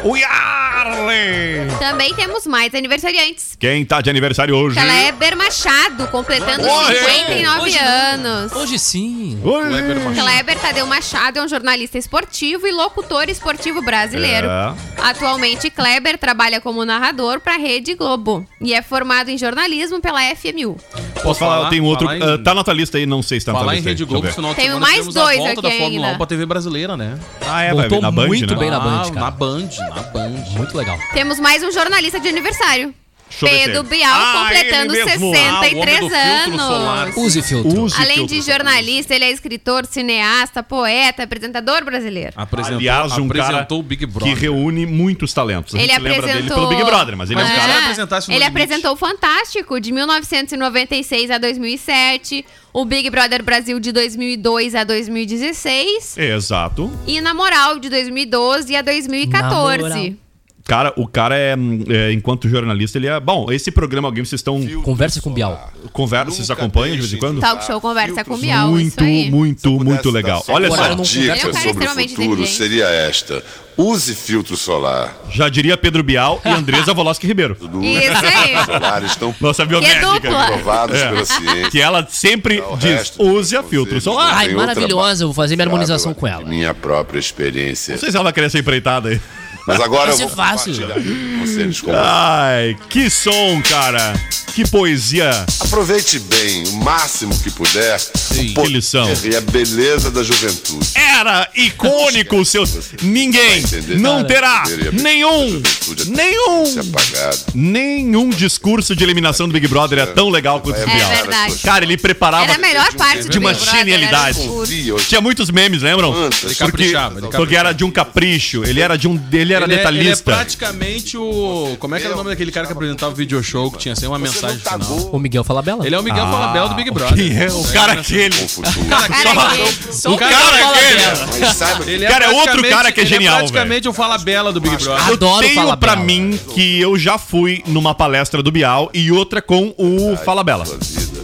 Speaker 5: O Yarley!
Speaker 7: Também temos mais aniversariantes.
Speaker 5: Quem tá de aniversário hoje?
Speaker 7: Kleber Machado, completando
Speaker 5: Hoje!
Speaker 7: 59
Speaker 6: Hoje não.
Speaker 7: anos.
Speaker 6: Hoje sim.
Speaker 5: Hoje.
Speaker 7: Kleber Tadeu Machado é um jornalista esportivo e locutor esportivo brasileiro.
Speaker 5: É.
Speaker 7: Atualmente, Kleber trabalha como narrador para a Rede Globo e é formado em jornalismo pela FMU.
Speaker 5: Posso falar?
Speaker 8: Falar-
Speaker 5: Tem outro.
Speaker 8: falar em-
Speaker 5: ah, tá na tua lista aí? Não sei se tá na tua
Speaker 8: Falar em
Speaker 5: lista. aí.
Speaker 8: Rede Globo,
Speaker 5: Deixa eu ver.
Speaker 8: final de
Speaker 7: Tenho
Speaker 8: semana
Speaker 7: mais
Speaker 8: temos
Speaker 7: dois
Speaker 8: a volta da
Speaker 7: aqui
Speaker 8: Fórmula
Speaker 7: ainda.
Speaker 8: 1 pra TV brasileira, né?
Speaker 5: Ah, é, vai
Speaker 6: Voltou
Speaker 5: ver na Band,
Speaker 6: muito
Speaker 5: né?
Speaker 6: bem na Band,
Speaker 8: Ah,
Speaker 6: cara.
Speaker 8: Na Band, na Band.
Speaker 6: Muito legal.
Speaker 7: Temos mais um jornalista de aniversário.
Speaker 5: Deixa eu ver se
Speaker 7: Pedro
Speaker 5: é.
Speaker 7: Bial,
Speaker 5: Ah,
Speaker 7: completando
Speaker 5: ele mesmo. Ah, o homem
Speaker 7: 63
Speaker 8: do filtro
Speaker 7: anos.
Speaker 8: solar.
Speaker 6: Use filtro.
Speaker 5: Use
Speaker 7: Além de
Speaker 5: filtro.
Speaker 7: jornalista, ele é escritor, cineasta, poeta, apresentador brasileiro.
Speaker 8: Apresentou,
Speaker 5: Aliás, um cara
Speaker 8: apresentou o Big Brother.
Speaker 5: que reúne muitos talentos. A
Speaker 7: Ele
Speaker 5: gente lembra dele
Speaker 7: apresentou-
Speaker 5: pelo Big Brother, mas ele é um
Speaker 8: Mas
Speaker 5: cara...
Speaker 8: vai
Speaker 7: Ah,
Speaker 8: apresentar isso no
Speaker 7: ele
Speaker 8: limite.
Speaker 7: apresentou o Fantástico de 1996 a 2007, o Big Brother Brasil de 2002 a 2016
Speaker 5: Exato.
Speaker 7: e Na Moral de 2012 a 2014.
Speaker 5: Cara, o cara é, hum, é, enquanto jornalista, ele é... Bom, esse programa, alguém, vocês estão...
Speaker 6: Conversa com o Bial.
Speaker 5: Conversa, vocês acompanham de vez em quando?
Speaker 7: Talk show conversa com Bial, Tá isso
Speaker 5: muito,
Speaker 7: aí.
Speaker 5: muito,
Speaker 3: pudesse
Speaker 5: muito
Speaker 3: dar
Speaker 5: legal.
Speaker 3: só
Speaker 5: Olha
Speaker 3: uma
Speaker 5: só,
Speaker 6: Agora não
Speaker 3: dica
Speaker 6: conversa.
Speaker 7: Ele é um
Speaker 3: sobre
Speaker 7: cara
Speaker 3: o
Speaker 7: extremamente
Speaker 3: futuro
Speaker 7: inteligente.
Speaker 3: seria esta. Use filtro solar.
Speaker 5: já diria Pedro Bial e Andresa Volosky Ribeiro.
Speaker 7: Isso aí.
Speaker 3: solar estão
Speaker 5: Nossa
Speaker 7: Que dupla.
Speaker 5: biomédica.
Speaker 3: provados
Speaker 5: É.
Speaker 3: pela ciência.
Speaker 5: Que ela sempre
Speaker 3: O
Speaker 5: diz,
Speaker 3: resto,
Speaker 5: use a
Speaker 3: vocês
Speaker 5: filtro
Speaker 3: não
Speaker 5: "Ah,
Speaker 3: é
Speaker 5: solar.
Speaker 6: Ai,
Speaker 3: têm outra
Speaker 6: maravilhosa, eu vou fazer minha harmonização
Speaker 3: base,
Speaker 6: com ela.
Speaker 3: Minha própria experiência.
Speaker 5: Não sei se ela vai querer ser empreitada aí.
Speaker 3: Mas agora eu
Speaker 6: Isso é
Speaker 3: vou
Speaker 6: fácil.
Speaker 3: compartilhar conselhos com
Speaker 5: Ah,
Speaker 3: vocês.
Speaker 5: Ai, que som, cara. Que poesia.
Speaker 3: Aproveite bem o máximo que puder o
Speaker 5: que lição.
Speaker 3: e a beleza da juventude.
Speaker 5: Era icônico, seu... Ninguém
Speaker 3: entender.
Speaker 5: não terá
Speaker 3: Deveria pensar
Speaker 5: nenhum,
Speaker 3: que a juventude é Se
Speaker 5: nenhum,
Speaker 3: apagado.
Speaker 5: nenhum discurso de eliminação do Big Brother é tão legal quanto o
Speaker 3: É
Speaker 5: Bial.
Speaker 7: verdade.
Speaker 5: Cara, ele preparava...
Speaker 7: Era a melhor parte do
Speaker 5: né? de uma
Speaker 7: Big Brother, né? era
Speaker 5: genialidade.
Speaker 7: absurdo.
Speaker 3: Confia,
Speaker 5: Tinha muitos memes, lembram?
Speaker 3: Quantas?
Speaker 5: Porque,
Speaker 8: caprichava, ele
Speaker 5: porque era de um capricho, ele era de um, ele era
Speaker 8: Ele é, ele é
Speaker 5: detalhista.
Speaker 8: praticamente o. Como é que era o nome daquele cara que apresentava o video show que tinha assim uma mensagem final.
Speaker 6: O Miguel fala bela.
Speaker 8: Ele é o Miguel Falabella do Big Brother. né?
Speaker 5: Quem é? Ah, O cara é aquele. um
Speaker 7: Cara,
Speaker 8: O cara, é
Speaker 6: Fala
Speaker 5: aquele.
Speaker 6: Bela.
Speaker 2: Mas sabe,
Speaker 8: ele
Speaker 5: Cara, é outro
Speaker 8: praticamente-
Speaker 5: cara que é
Speaker 8: ele
Speaker 5: genial,
Speaker 8: praticamente o Falabella do Big Brother.
Speaker 5: Eu
Speaker 6: Adoro
Speaker 5: tenho
Speaker 6: Fala
Speaker 5: pra
Speaker 6: Bela.
Speaker 5: mim que eu já fui numa palestra do Bial e outra com o Fala Bela.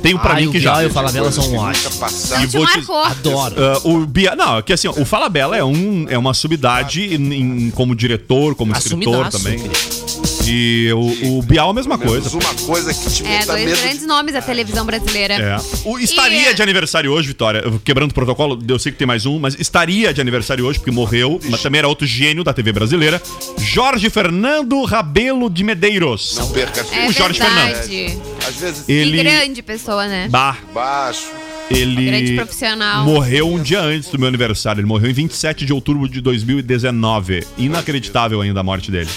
Speaker 5: Tenho pra
Speaker 6: Ai,
Speaker 5: mim
Speaker 6: o
Speaker 5: que já.
Speaker 6: Bial e o Fala Bela são ótimos.
Speaker 7: não te
Speaker 5: vou te-
Speaker 7: marcou.
Speaker 6: Adoro.
Speaker 5: Ah, o Bia, não, é que assim, ó, o Fala Bela é, um, é uma subidade em- em- como diretor, como escritor
Speaker 6: Assumidaço.
Speaker 5: também. E o, o Bial é a mesma coisa.
Speaker 3: Uma coisa que te
Speaker 7: É,
Speaker 3: bota
Speaker 7: dois
Speaker 3: medo
Speaker 7: grandes nomes da televisão brasileira.
Speaker 5: É. O estaria
Speaker 7: E-
Speaker 5: de aniversário hoje, Vitória. Eu- Quebrando o protocolo, eu sei que tem mais um, mas estaria de aniversário hoje, porque morreu, mas também era outro gênio da TV brasileira. Jorge Fernando Rabelo de Medeiros.
Speaker 3: Não perca tempo.
Speaker 7: É
Speaker 5: O Jorge
Speaker 7: verdade.
Speaker 3: Às vezes
Speaker 7: Que
Speaker 5: Ele.
Speaker 7: grande pessoa, né?
Speaker 5: Bah,
Speaker 3: baixo.
Speaker 5: ele.
Speaker 7: Grande profissional.
Speaker 5: Morreu um dia antes do meu aniversário. Ele morreu em 27 de outubro de 2019. Inacreditável ainda a morte dele.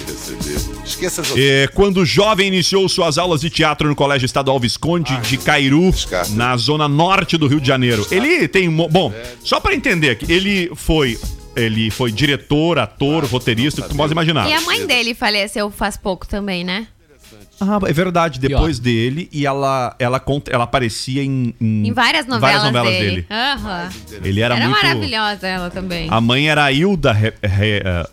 Speaker 3: Esqueça as outras.
Speaker 5: É, quando jovem iniciou suas aulas de teatro no Colégio Estadual Visconde de Cairu,
Speaker 3: Ah, Descarta.
Speaker 5: na zona norte do Rio de Janeiro. Ele tem um. mo- Bom, só pra entender aqui, ele foi. Ele foi diretor,
Speaker 3: Ah,
Speaker 5: ator, roteirista, o que tu pode imaginar.
Speaker 7: E a mãe dele faleceu faz pouco também, né?
Speaker 5: Ah, é verdade. Depois dele, e ela, ela, conta, ela aparecia em,
Speaker 7: Em várias novelas, dele. Aham.
Speaker 5: Ele era,
Speaker 7: Era,
Speaker 5: muito.
Speaker 7: maravilhosa ela também.
Speaker 5: A mãe era a Hilda Re- Re- eh,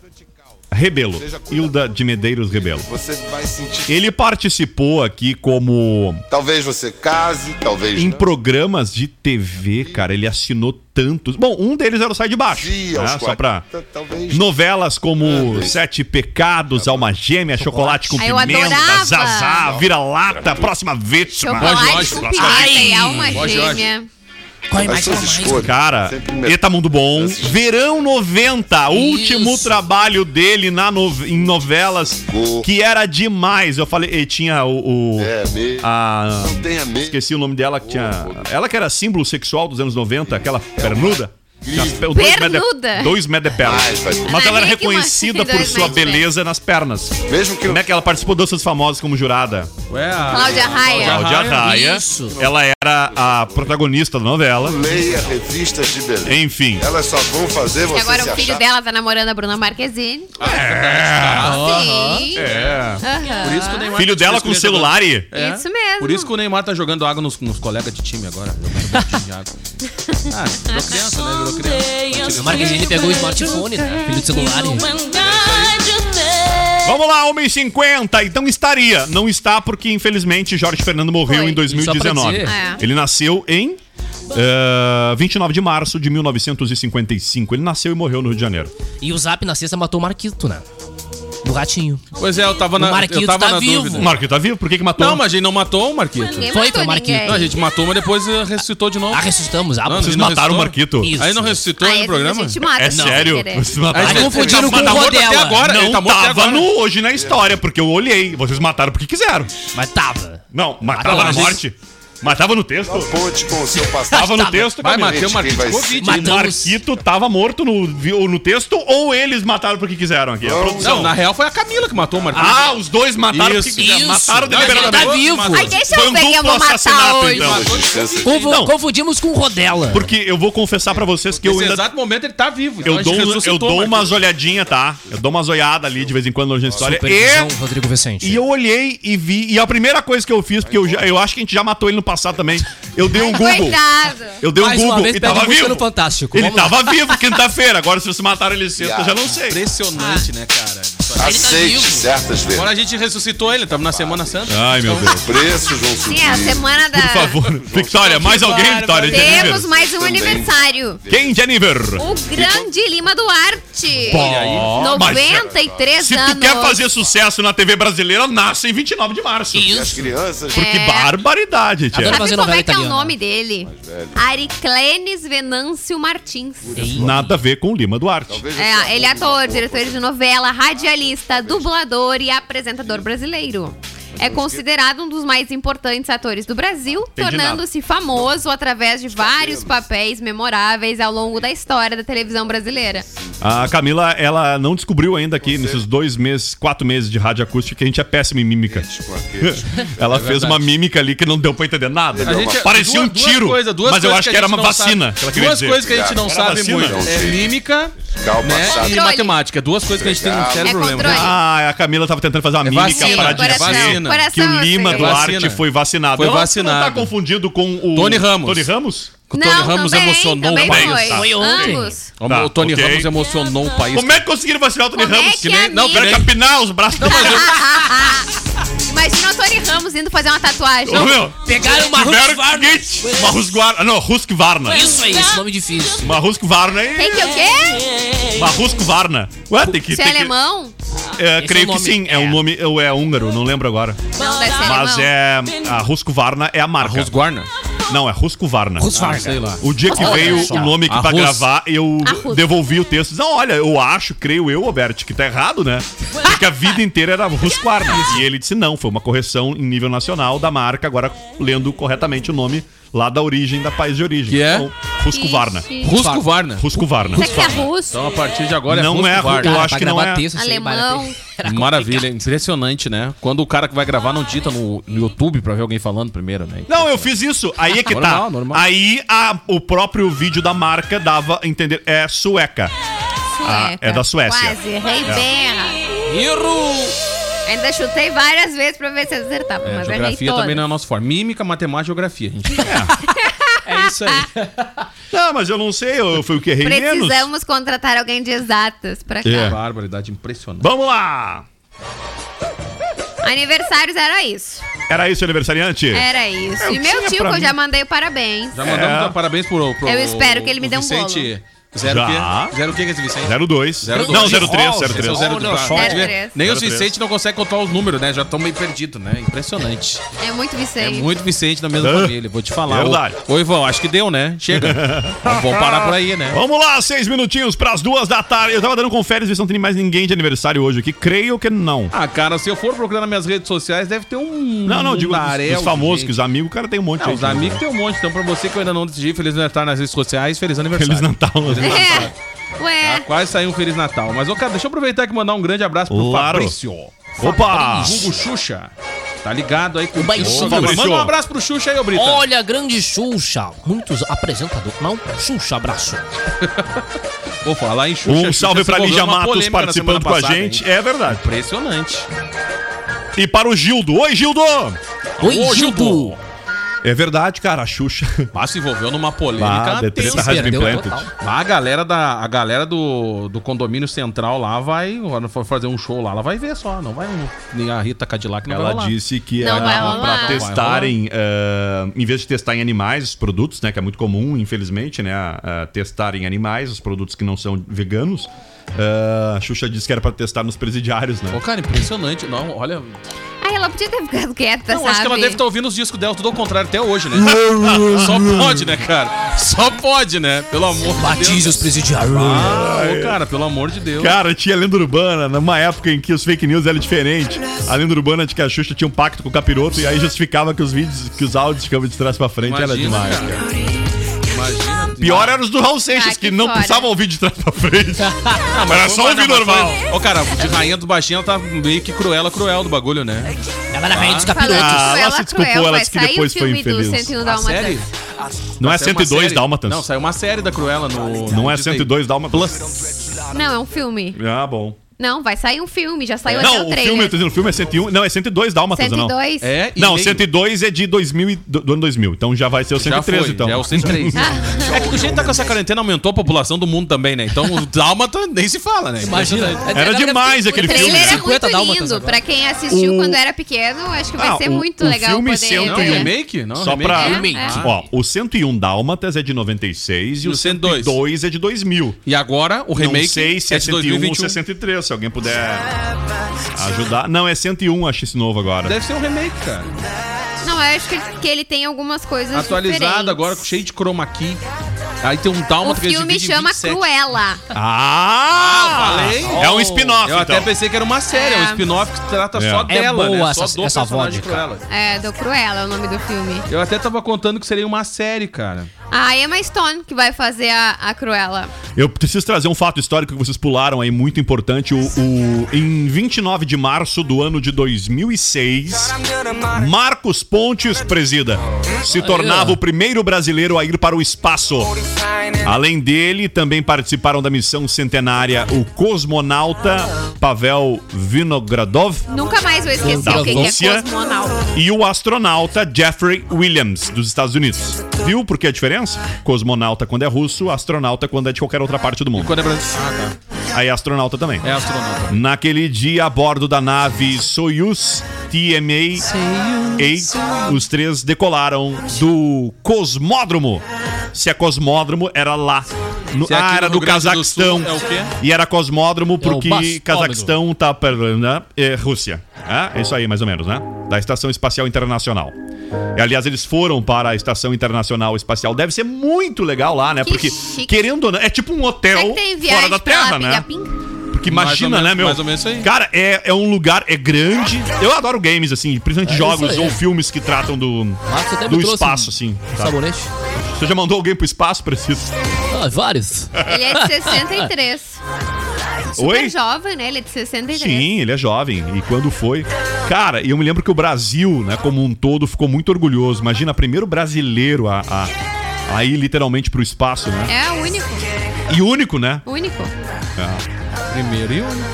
Speaker 5: Rebelo. Hilda de Medeiros Rebelo.
Speaker 3: Você vai sentir.
Speaker 5: Ele participou aqui como
Speaker 3: Talvez você case, talvez
Speaker 5: em
Speaker 3: não.
Speaker 5: programas de TV, cara. Ele assinou tantos. Bom, um deles era o Sai de Baixo.
Speaker 3: Dia aos
Speaker 5: né? Só pra.
Speaker 3: 40, talvez.
Speaker 5: Novelas como Sete Pecados, Alma Gêmea, Chocolate com
Speaker 7: Ah, eu
Speaker 5: Pimenta,
Speaker 7: adorava.
Speaker 5: Zazá, Vira-Lata, Próxima Vítima.
Speaker 7: Chocolate
Speaker 8: Jorge,
Speaker 7: com
Speaker 8: Jorge.
Speaker 7: pimenta e alma
Speaker 8: Boa, Jorge.
Speaker 7: gêmea.
Speaker 6: Corre
Speaker 3: As
Speaker 6: é mais,
Speaker 3: suas
Speaker 6: corre mais.
Speaker 3: escolhas.
Speaker 5: Cara,
Speaker 3: Sempre mesmo.
Speaker 5: Eta Mundo Bom. Verão 90, último trabalho dele na no- em novelas,
Speaker 3: Go.
Speaker 5: que era demais. Eu falei, e tinha o. o-
Speaker 3: É, mesmo.
Speaker 5: a-
Speaker 3: Não tenha medo.
Speaker 5: Ah, esqueci o nome dela, que tinha. Ela que era símbolo sexual dos anos 90, aquela pernuda. Tinha as pe- dois metros de-
Speaker 7: Pernuda?
Speaker 5: Dois metros de perna.
Speaker 3: Ai, faz-
Speaker 5: Mas ela era
Speaker 7: Ai, que
Speaker 5: reconhecida
Speaker 7: massa.
Speaker 5: por sua
Speaker 7: Dois metros de
Speaker 5: beleza nas pernas.
Speaker 3: Mesmo que
Speaker 5: Como é que ela participou de danças famosas como jurada?
Speaker 8: Ué,
Speaker 5: Ah,
Speaker 8: a-
Speaker 7: Cláudia Raia.
Speaker 5: Cláudia Raia.
Speaker 6: Isso.
Speaker 5: Ela era a protagonista da novela.
Speaker 3: leia revistas de beleza.
Speaker 5: Enfim.
Speaker 3: Elas só vão fazer
Speaker 7: Que
Speaker 3: você
Speaker 7: agora
Speaker 3: se
Speaker 7: o filho
Speaker 3: achar.
Speaker 7: dela tá namorando a Bruna Marquezine.
Speaker 3: é
Speaker 5: Ah,
Speaker 7: Sim.
Speaker 5: É.
Speaker 7: Aham.
Speaker 8: Por isso que o Neymar
Speaker 5: Filho
Speaker 8: tá
Speaker 5: dela
Speaker 8: jogando-
Speaker 5: com celular e.
Speaker 8: É.
Speaker 7: Isso mesmo.
Speaker 8: Por isso que o Neymar tá jogando água nos, nos colegas de time agora. Jogando botinha de água. Ah, virou criança, né? Virou criança.
Speaker 6: A Marquezine pegou o smartphone, né? Filho de celular.
Speaker 8: É.
Speaker 5: Vamos lá, 1h50. Então estaria. Não está porque, infelizmente, Jorge Fernando morreu
Speaker 7: Foi.
Speaker 5: em 2019.
Speaker 6: Só pra
Speaker 7: dizer. É.
Speaker 5: Ele nasceu em eh, 29 de março de 1955. Ele nasceu e morreu no Rio de Janeiro.
Speaker 6: E o Zap na sexta matou o Marquito, né? Do ratinho.
Speaker 8: Pois é, eu tava
Speaker 6: O
Speaker 8: na,
Speaker 6: Marquinhos
Speaker 8: eu tava
Speaker 6: tá
Speaker 8: na
Speaker 6: vivo.
Speaker 5: O
Speaker 8: dúvida.
Speaker 5: Marquito tá vivo? Por que, que matou?
Speaker 8: Hum. Não, mas a gente não matou o Marquito.
Speaker 7: Ninguém
Speaker 6: Foi,
Speaker 7: matou
Speaker 6: foi, Marquinhos.
Speaker 7: ninguém.
Speaker 8: Não, a gente matou, mas depois eh, ressuscitou de novo.
Speaker 6: Ah, ressuscitamos. Ah,
Speaker 8: Não,
Speaker 6: vocês
Speaker 5: Vocês
Speaker 8: não
Speaker 5: mataram o
Speaker 8: ressuscitou?
Speaker 5: Marquito?
Speaker 6: Isso.
Speaker 8: Aí não ressuscitou
Speaker 7: Ah,
Speaker 8: no
Speaker 7: esses
Speaker 8: programa?
Speaker 7: A gente mata,
Speaker 5: É
Speaker 7: sem
Speaker 5: sério?
Speaker 7: querer.
Speaker 5: Vocês mataram?
Speaker 8: Aí
Speaker 5: Não,
Speaker 6: confundiram
Speaker 8: tá-
Speaker 6: com
Speaker 8: tá
Speaker 6: o
Speaker 8: morto até
Speaker 6: Rodela.
Speaker 8: agora. ele tá morto até
Speaker 5: tava
Speaker 8: agora.
Speaker 5: no hoje na história, porque eu olhei. Vocês mataram porque quiseram.
Speaker 6: Mas tava.
Speaker 5: Não, matava na
Speaker 6: mas isso-
Speaker 5: morte. Matava no texto.
Speaker 3: Ponte com o seu passado.
Speaker 5: Tava no texto,
Speaker 8: Vai,
Speaker 5: cara.
Speaker 8: Matheus
Speaker 3: Gente, quem
Speaker 8: Marquito.
Speaker 3: vai
Speaker 8: Covid.
Speaker 5: O Marquito tava morto no, ou no texto ou eles mataram porque quiseram aqui? A produção.
Speaker 8: Não, na real foi a Camila que matou o Marquito.
Speaker 5: Ah, os dois mataram
Speaker 8: Isso.
Speaker 5: porque quiseram.
Speaker 6: Isso.
Speaker 5: Mataram
Speaker 6: Não, ele
Speaker 5: deliberadamente.
Speaker 6: tá vivo.
Speaker 7: Ai, deixa
Speaker 5: Foi
Speaker 7: eu
Speaker 5: um
Speaker 7: ver quem eu
Speaker 5: duplo
Speaker 7: vou matar
Speaker 5: assassinato,
Speaker 7: hoje.
Speaker 5: então.
Speaker 6: Confu-
Speaker 5: Não.
Speaker 6: Confundimos com o Rodela.
Speaker 5: Porque eu vou confessar pra vocês que eu
Speaker 8: Nesse
Speaker 5: ainda.
Speaker 8: exato momento ele tá vivo. então
Speaker 5: Eu
Speaker 8: a gente
Speaker 5: dou, um- eu
Speaker 8: ressuscitou o
Speaker 5: dou
Speaker 8: Marquito.
Speaker 5: umas olhadinhas, tá? Eu dou umas olhadas ali de vez em quando na história.
Speaker 6: Supervisão,
Speaker 5: E,
Speaker 6: Rodrigo Vicente.
Speaker 5: e eu olhei e vi. E a primeira coisa que eu fiz, porque eu, já, eu acho que a gente já matou ele no passado também. Eu dei um Google.
Speaker 7: Coitado.
Speaker 5: Eu dei um
Speaker 6: Mais uma
Speaker 5: Google
Speaker 6: vez,
Speaker 5: e
Speaker 6: pede
Speaker 5: tava
Speaker 6: música
Speaker 5: vivo.
Speaker 6: no Fantástico.
Speaker 5: Ele
Speaker 6: Vamos lá.
Speaker 5: tava vivo quinta-feira. Agora, se vocês mataram ele sexta, eu já não sei.
Speaker 8: Impressionante, né, cara? Isso aí.
Speaker 7: tá
Speaker 3: Aceite
Speaker 6: vivo.
Speaker 3: certas vezes.
Speaker 8: Agora a gente ressuscitou ele, tava na Semana Santa.
Speaker 5: Ai, meu Deus.
Speaker 3: Preços vão
Speaker 7: tá Sim, é, a
Speaker 3: subir.
Speaker 7: semana da...
Speaker 8: Ah.
Speaker 5: Por favor. Victória, mais alguém, Victória? de
Speaker 7: Temos
Speaker 5: aniversário.
Speaker 7: mais um aniversário.
Speaker 5: Quem de aniversário?
Speaker 7: O grande Lima Duarte.
Speaker 5: Ó, mas, é,
Speaker 7: 93
Speaker 5: Se
Speaker 7: anos.
Speaker 5: tu quer fazer sucesso na TV brasileira, nasce em 29 de março.
Speaker 3: E as crianças.
Speaker 5: Que
Speaker 8: É.
Speaker 5: barbaridade,
Speaker 6: Adoro.
Speaker 5: tia.
Speaker 7: Sabe
Speaker 6: fazer
Speaker 7: como
Speaker 6: novela
Speaker 7: é que é o
Speaker 6: italiana.
Speaker 7: nome dele? Ariclenes Venâncio Martins.
Speaker 5: Nada a ver com o Lima Duarte.
Speaker 7: É, ele é ator, diretor de novela, radialista, dublador e apresentador brasileiro. É considerado um dos mais importantes atores do Brasil,
Speaker 5: Entendi
Speaker 7: tornando-se famoso através de vários papéis memoráveis ao longo da história da televisão brasileira.
Speaker 5: A Camila, ela não descobriu ainda aqui, nesses dois meses, quatro meses de rádio acústica, que a gente é péssimo em mímica. ela fez uma mímica ali que não deu pra entender nada.
Speaker 8: A gente- é
Speaker 5: Parecia
Speaker 8: duas-
Speaker 5: um
Speaker 8: duas
Speaker 5: tiro,
Speaker 8: coisas- duas
Speaker 5: mas eu
Speaker 8: coisas
Speaker 5: acho
Speaker 8: a
Speaker 5: que era
Speaker 8: gente
Speaker 5: uma
Speaker 8: não
Speaker 5: vacina.
Speaker 8: sabe.
Speaker 5: que ela queria
Speaker 8: duas
Speaker 5: dizer.
Speaker 8: coisas que a gente não
Speaker 5: Era
Speaker 8: sabe
Speaker 5: vacina.
Speaker 8: muito. É mímica
Speaker 3: Calma,
Speaker 5: É.
Speaker 8: né,
Speaker 3: sabe?
Speaker 8: e matemática. Duas coisas que a gente tem, não
Speaker 3: Controle.
Speaker 8: sério
Speaker 7: É
Speaker 8: problema.
Speaker 7: controle.
Speaker 5: Ah, a Ah, Camila tava tentando fazer uma mímica
Speaker 8: É vacina,
Speaker 5: para
Speaker 8: agora
Speaker 5: dizer.
Speaker 8: é vacina.
Speaker 7: coração,
Speaker 5: que o Lima
Speaker 7: Alfredo.
Speaker 5: Duarte
Speaker 8: Vacina.
Speaker 5: foi vacinado.
Speaker 8: Foi
Speaker 5: Não,
Speaker 8: vacinado.
Speaker 5: Não tá confundido com o...
Speaker 8: Tony Ramos.
Speaker 5: Tony Ramos?
Speaker 8: O Tony Ramos
Speaker 7: também,
Speaker 8: emocionou
Speaker 7: também
Speaker 8: o país.
Speaker 7: Foi.
Speaker 5: Tá.
Speaker 6: Foi ontem.
Speaker 7: Ambos.
Speaker 8: O
Speaker 5: Tá,
Speaker 8: Tony
Speaker 5: ok.
Speaker 8: Ramos emocionou o país.
Speaker 5: Como é que conseguiram vacinar o Tony
Speaker 7: Como é
Speaker 5: Ramos?
Speaker 7: que a
Speaker 8: não,
Speaker 7: mina-
Speaker 8: que nem-
Speaker 5: capinar os braços do
Speaker 7: Imagina o Tony Ramos indo fazer uma tatuagem.
Speaker 5: meu.
Speaker 6: Pegaram uma
Speaker 5: Tiveram
Speaker 6: Husqvarna.
Speaker 5: que- seguinte, uma Husqvarna. Não, Husqvarna.
Speaker 6: Isso aí, esse nome difícil.
Speaker 5: Uma Husqvarna e...
Speaker 7: Tem que o quê?
Speaker 5: Uma Husqvarna. Ué, tem que...
Speaker 7: Você é
Speaker 5: Tem que
Speaker 7: alemão?
Speaker 5: é,
Speaker 6: Esse
Speaker 5: creio
Speaker 6: é o
Speaker 5: que
Speaker 6: nome.
Speaker 5: sim. É um nome... Ou é húngaro, não lembro agora.
Speaker 7: Não, deve ser
Speaker 5: Mas
Speaker 7: alemão.
Speaker 5: é... A Husqvarna é a marca.
Speaker 8: Rosguarna?
Speaker 5: Não, é Husqvarna.
Speaker 8: Ah, sei lá.
Speaker 5: O dia que veio o nome aqui pra
Speaker 8: Arroz.
Speaker 5: gravar, eu
Speaker 7: Arroz.
Speaker 5: devolvi o texto. Não, olha, eu acho, creio eu, Alberto, que tá errado, né? Porque a vida inteira era Rusquarna. E ele disse, não, foi uma correção em nível nacional da marca, agora lendo corretamente o nome lá da origem, da país de origem.
Speaker 8: Que é?
Speaker 5: Então, Ruscovarna.
Speaker 7: Ixi.
Speaker 8: Rusco Varna.
Speaker 5: Ruscovarna.
Speaker 7: Será que é russo?
Speaker 8: Então a partir de agora
Speaker 5: Não
Speaker 8: é
Speaker 5: é
Speaker 8: Rusco Varna.
Speaker 5: Eu
Speaker 6: Cara,
Speaker 5: acho
Speaker 6: pra
Speaker 5: que não
Speaker 6: gravar
Speaker 5: é.
Speaker 6: texto, eu sei,
Speaker 7: Alemão.
Speaker 6: Maravilha. Era
Speaker 8: Maravilha, impressionante, né? Quando o cara que vai gravar não dita no, no YouTube pra ver alguém falando primeiro, né?
Speaker 5: Não, eu fiz isso. Aí é que tá.
Speaker 8: Normal, normal.
Speaker 5: Aí a- o próprio vídeo da marca dava a entender. É sueca. Ah, é da Suécia. É.
Speaker 7: Quase, errei bem. Ainda chutei várias vezes pra ver se acertava,
Speaker 8: É,
Speaker 7: mas errei
Speaker 8: geografia também
Speaker 7: todas.
Speaker 8: não é nosso forma. Mímica, matemática, geografia, gente. É, isso aí.
Speaker 5: Não, mas eu não sei, eu, foi o que errei menos.
Speaker 7: Precisamos contratar alguém de exatas pra cá.
Speaker 5: É.
Speaker 8: Barbaridade impressionante.
Speaker 5: Vamos lá!
Speaker 7: Aniversários era isso.
Speaker 5: Era isso, aniversariante?
Speaker 7: Era isso.
Speaker 5: Eu
Speaker 7: e meu
Speaker 5: É, tinha
Speaker 7: tio, que
Speaker 5: pra
Speaker 7: eu
Speaker 5: mim.
Speaker 7: já mandei o parabéns.
Speaker 8: Já
Speaker 5: É.
Speaker 8: mandamos dar parabéns pro, pro
Speaker 7: Eu espero que ele me
Speaker 8: pro
Speaker 7: dê um
Speaker 8: Vicente. Zero o
Speaker 5: Já.
Speaker 8: quê? Zero o quê que é esse Vicente?
Speaker 5: 02.
Speaker 8: Zero
Speaker 5: Não,
Speaker 8: dois.
Speaker 5: 03,
Speaker 8: Esse é o
Speaker 5: 03.
Speaker 8: zero dois.
Speaker 6: Olha
Speaker 8: Pra
Speaker 7: só.
Speaker 8: gente ver,
Speaker 7: Zero três.
Speaker 8: Nem o
Speaker 5: Zero três.
Speaker 8: Vicente não consegue controlar os números, né? Já estão meio perdidos, né? Impressionante.
Speaker 7: É muito
Speaker 8: É
Speaker 7: Vicente.
Speaker 8: muito Vicente da mesma
Speaker 5: Hã?
Speaker 8: família, vou te falar.
Speaker 5: Verdade.
Speaker 8: Ô, ô, Ivan, acho que deu, né? Chega. Vamos parar por aí, né?
Speaker 5: Vamos lá, seis minutinhos pras duas da tarde. Eu tava dando conferes, ver se não tem mais ninguém de aniversário hoje aqui. Creio que não.
Speaker 8: Ah, cara, se eu for procurar nas minhas redes sociais, deve ter um.
Speaker 5: Não, não,
Speaker 8: um
Speaker 5: digo
Speaker 8: taréu
Speaker 5: os, os
Speaker 8: de
Speaker 5: famosos,
Speaker 8: gente.
Speaker 5: que os amigos, o cara tem um monte
Speaker 8: Não,
Speaker 5: de
Speaker 8: os
Speaker 5: gente, né?
Speaker 8: amigos tem um monte. Então, pra você que eu ainda não decidi, Feliz Natal nas redes sociais, Feliz Aniversário.
Speaker 5: Feliz Natal. né?
Speaker 7: É.
Speaker 8: Ah,
Speaker 5: Tá.
Speaker 7: Ué.
Speaker 8: quase saiu um Feliz Natal. Mas, ô, cara, deixa eu aproveitar aqui e mandar um grande abraço pro
Speaker 5: Claro.
Speaker 8: Fabrício.
Speaker 5: Opa!
Speaker 8: Hugo Xuxa. Tá ligado aí com
Speaker 6: O baixinho.
Speaker 8: Xuxa. Manda
Speaker 5: Fabrício.
Speaker 8: um abraço pro Xuxa aí, ô Brita.
Speaker 6: Olha, grande Xuxa. Muitos apresentadores. Não, Xuxa, abraço.
Speaker 8: Vou falar em Xuxa.
Speaker 5: Um
Speaker 8: Xuxa
Speaker 5: salve
Speaker 8: se
Speaker 5: pra
Speaker 8: envolveu
Speaker 5: Lígia
Speaker 8: numa
Speaker 5: Matos
Speaker 8: polêmica na semana
Speaker 5: participando com a
Speaker 8: passada,
Speaker 5: gente.
Speaker 8: hein?
Speaker 5: É verdade.
Speaker 8: Impressionante.
Speaker 5: E para o Gildo. Oi, Gildo!
Speaker 6: Oi, Gildo.
Speaker 5: É verdade, cara, a Xuxa.
Speaker 8: Mas se envolveu numa polêmica
Speaker 5: Bah, de
Speaker 8: tensa.
Speaker 5: treta has been
Speaker 6: Perdeu
Speaker 5: planted.
Speaker 6: total.
Speaker 8: Mas A galera, da, a galera do, do condomínio central lá vai quando for fazer um show lá, ela vai ver só, não vai nem a Rita Cadillac não vai
Speaker 5: Ela
Speaker 8: rolar.
Speaker 5: disse que
Speaker 7: Não vai
Speaker 5: era
Speaker 7: rolar.
Speaker 5: pra testarem, eh, em vez de testar em animais os produtos, né, que é muito comum, infelizmente, né, a- a testar em animais os produtos que não são veganos. eh, a Xuxa disse que era pra testar nos presidiários,
Speaker 8: Ô,
Speaker 5: né?
Speaker 8: cara, impressionante. Não, olha.
Speaker 7: Ai, ela podia ter ficado quieta,
Speaker 8: Não,
Speaker 7: sabe?
Speaker 8: acho que ela deve estar ouvindo os discos dela tudo ao contrário até hoje, né? Só pode, né, cara? Só pode, né? Pelo amor de Deus.
Speaker 6: Batize os presidiários.
Speaker 8: Ah, ô, cara, pelo amor de Deus.
Speaker 5: Cara, tinha lenda urbana, numa época em que os fake news eram diferentes. A lenda urbana de que a Xuxa tinha um pacto com o capiroto e aí justificava que os vídeos, que os áudios ficavam de trás pra frente, era demais.
Speaker 8: cara. Imagina.
Speaker 5: Pior eram os do Raul Seixas,
Speaker 7: Ah,
Speaker 5: que,
Speaker 7: que
Speaker 5: não
Speaker 7: fora.
Speaker 5: precisavam ouvir de trás pra frente. mas era só
Speaker 8: Mas
Speaker 5: ouvir
Speaker 8: não, mas
Speaker 5: normal.
Speaker 8: foi- Ô, cara, de rainha do baixinho, ela tá meio que cruela, cruel do bagulho, né?
Speaker 6: Ela era rainha dos
Speaker 7: Falando
Speaker 6: capirotos.
Speaker 5: Ah, ela
Speaker 7: cruel,
Speaker 5: se
Speaker 7: tipo, ela
Speaker 5: desculpou,
Speaker 7: cruel,
Speaker 5: ela
Speaker 7: vai
Speaker 5: disse que
Speaker 7: sair
Speaker 5: depois
Speaker 7: o
Speaker 5: foi
Speaker 7: filme do
Speaker 5: infeliz.
Speaker 7: 101
Speaker 8: A
Speaker 7: Dálmatas.
Speaker 8: série?
Speaker 5: Não é
Speaker 8: Saiu uma
Speaker 5: 102
Speaker 8: série-
Speaker 5: Dálmatas.
Speaker 8: Não, saiu uma série da Cruella no.
Speaker 5: Não é
Speaker 8: Disney.
Speaker 5: 102 Dálmatas.
Speaker 7: Não, é um filme.
Speaker 5: Ah, bom.
Speaker 7: Não, vai sair um filme, já saiu até
Speaker 5: Não,
Speaker 7: o
Speaker 5: o filme, eu
Speaker 7: trailer.
Speaker 5: tô dizendo, o filme é 101. Não, é 102 Dálmatas, ou não?
Speaker 7: 102.
Speaker 8: É, e
Speaker 5: Não,
Speaker 8: nem-
Speaker 5: 102 é de 2000, e- do do ano 2000. Então já vai ser o
Speaker 8: Já
Speaker 5: 103,
Speaker 8: foi,
Speaker 5: então.
Speaker 8: É o 103. é que do jeito que tá com essa quarentena, aumentou a população do mundo também, né? Então o Dálmata nem se fala, né?
Speaker 6: Imagina.
Speaker 5: Era É demais aquele
Speaker 7: O
Speaker 5: filme. né?
Speaker 7: trailer é
Speaker 6: 50
Speaker 7: muito
Speaker 6: dálmatas
Speaker 7: lindo.
Speaker 6: agora.
Speaker 7: Pra quem assistiu
Speaker 5: O-
Speaker 7: quando era pequeno, acho que vai
Speaker 5: Ah,
Speaker 7: ser
Speaker 5: o-
Speaker 7: muito
Speaker 5: o
Speaker 7: legal
Speaker 5: filme
Speaker 8: Não, é
Speaker 5: 101.
Speaker 7: poder ver.
Speaker 8: remake? Não,
Speaker 5: Só
Speaker 8: remake. é.
Speaker 5: pra.
Speaker 7: É,
Speaker 6: Remake.
Speaker 5: Ó, o 101 Dálmatas é de 96 e,
Speaker 8: né? E
Speaker 5: o
Speaker 8: o 102?
Speaker 5: 102 é de 2000.
Speaker 8: E agora o
Speaker 5: Remake
Speaker 8: remake
Speaker 5: não sei se é 101 ou 63, se alguém puder ajudar. Não, é 101, acho esse novo agora.
Speaker 8: Deve ser um remake, cara.
Speaker 7: É Não, eu acho que, que ele tem algumas coisas
Speaker 8: Atualizado
Speaker 7: diferentes.
Speaker 8: agora, cheio de chroma key. Aí tem um
Speaker 7: O
Speaker 8: Dálmata que
Speaker 7: filme
Speaker 8: divide em
Speaker 7: chama
Speaker 8: 27.
Speaker 7: Cruella.
Speaker 5: Ah!
Speaker 8: falei.
Speaker 5: É um spin-off,
Speaker 8: Eu até
Speaker 5: então.
Speaker 8: pensei que era uma série, é um
Speaker 7: É.
Speaker 8: spin-off que trata
Speaker 5: É.
Speaker 8: só
Speaker 5: É
Speaker 8: dela,
Speaker 6: boa
Speaker 8: né?
Speaker 6: essa-
Speaker 8: só do
Speaker 6: essa
Speaker 8: personagem
Speaker 6: vodka.
Speaker 8: Cruella.
Speaker 7: É, do Cruella é o nome do filme.
Speaker 8: Eu até tava contando que seria uma série, cara.
Speaker 7: A Emma Stone que vai fazer a, a Cruella.
Speaker 5: Eu preciso trazer um fato histórico que vocês pularam aí, muito importante. O, o- em 29 de março do ano de 2006, Marcos Pontes, presida, se tornava o primeiro brasileiro a ir para o espaço. Além dele, também participaram da missão centenária o cosmonauta Pavel Vinogradov
Speaker 7: Nunca mais vou esquecer
Speaker 5: Da
Speaker 7: o que, que
Speaker 5: Rússia.
Speaker 7: é cosmonauta.
Speaker 5: e o astronauta Jeffrey Williams, dos Estados Unidos. Viu por que a diferença? Cosmonauta quando é russo, astronauta quando é de qualquer outra parte do mundo.
Speaker 8: Quando é Brasil. Ah,
Speaker 5: Aí é astronauta também.
Speaker 8: tá. É astronauta.
Speaker 5: Naquele dia, a bordo da nave Soyuz TMA-8, os três decolaram do Cosmódromo. Se é Cosmódromo, era lá. No,
Speaker 8: Se é aqui
Speaker 5: ah,
Speaker 8: no
Speaker 5: era
Speaker 8: Rio
Speaker 5: do
Speaker 8: Grande do
Speaker 5: Cazaquistão.
Speaker 8: Sul, é o quê? É
Speaker 5: E era Cosmódromo porque
Speaker 6: bastômetro.
Speaker 5: Cazaquistão tá per- né? é, Rússia. É, é isso aí, mais ou menos, né? Da Estação Espacial Internacional. E, aliás, eles foram para a Estação Internacional Espacial. Deve ser muito legal lá, né?
Speaker 7: Que
Speaker 5: porque,
Speaker 7: chique.
Speaker 5: querendo ou não, é tipo um
Speaker 7: Será que
Speaker 5: hotel
Speaker 7: tem
Speaker 5: fora
Speaker 7: viagem
Speaker 5: da
Speaker 7: pra
Speaker 5: Terra, né?
Speaker 7: Lapinga-Pinga?
Speaker 5: Porque
Speaker 8: Mais
Speaker 5: imagina,
Speaker 8: ou menos-
Speaker 5: né, meu?
Speaker 8: mais ou menos isso aí.
Speaker 5: Cara, é, é um lugar, é grande. Eu adoro games, assim, principalmente
Speaker 6: É
Speaker 5: jogos
Speaker 6: isso aí.
Speaker 5: ou filmes que tratam do,
Speaker 6: Marcos até me
Speaker 5: do
Speaker 6: trouxe
Speaker 5: espaço,
Speaker 6: um
Speaker 5: assim. sabe?
Speaker 6: Sabonete.
Speaker 5: Você já mandou alguém pro espaço, preciso?
Speaker 6: Ah, vários.
Speaker 7: Ele é de 63. Super
Speaker 5: Oi?
Speaker 7: jovem, né? Ele é de 63.
Speaker 5: Sim, ele é jovem. E quando foi. Cara, e eu me lembro que o Brasil, né, como um todo, ficou muito orgulhoso. Imagina, primeiro brasileiro a. a... a ir literalmente pro espaço, né?
Speaker 7: É o único.
Speaker 6: É.
Speaker 5: E único, né?
Speaker 7: Único.
Speaker 8: Primeiro e único.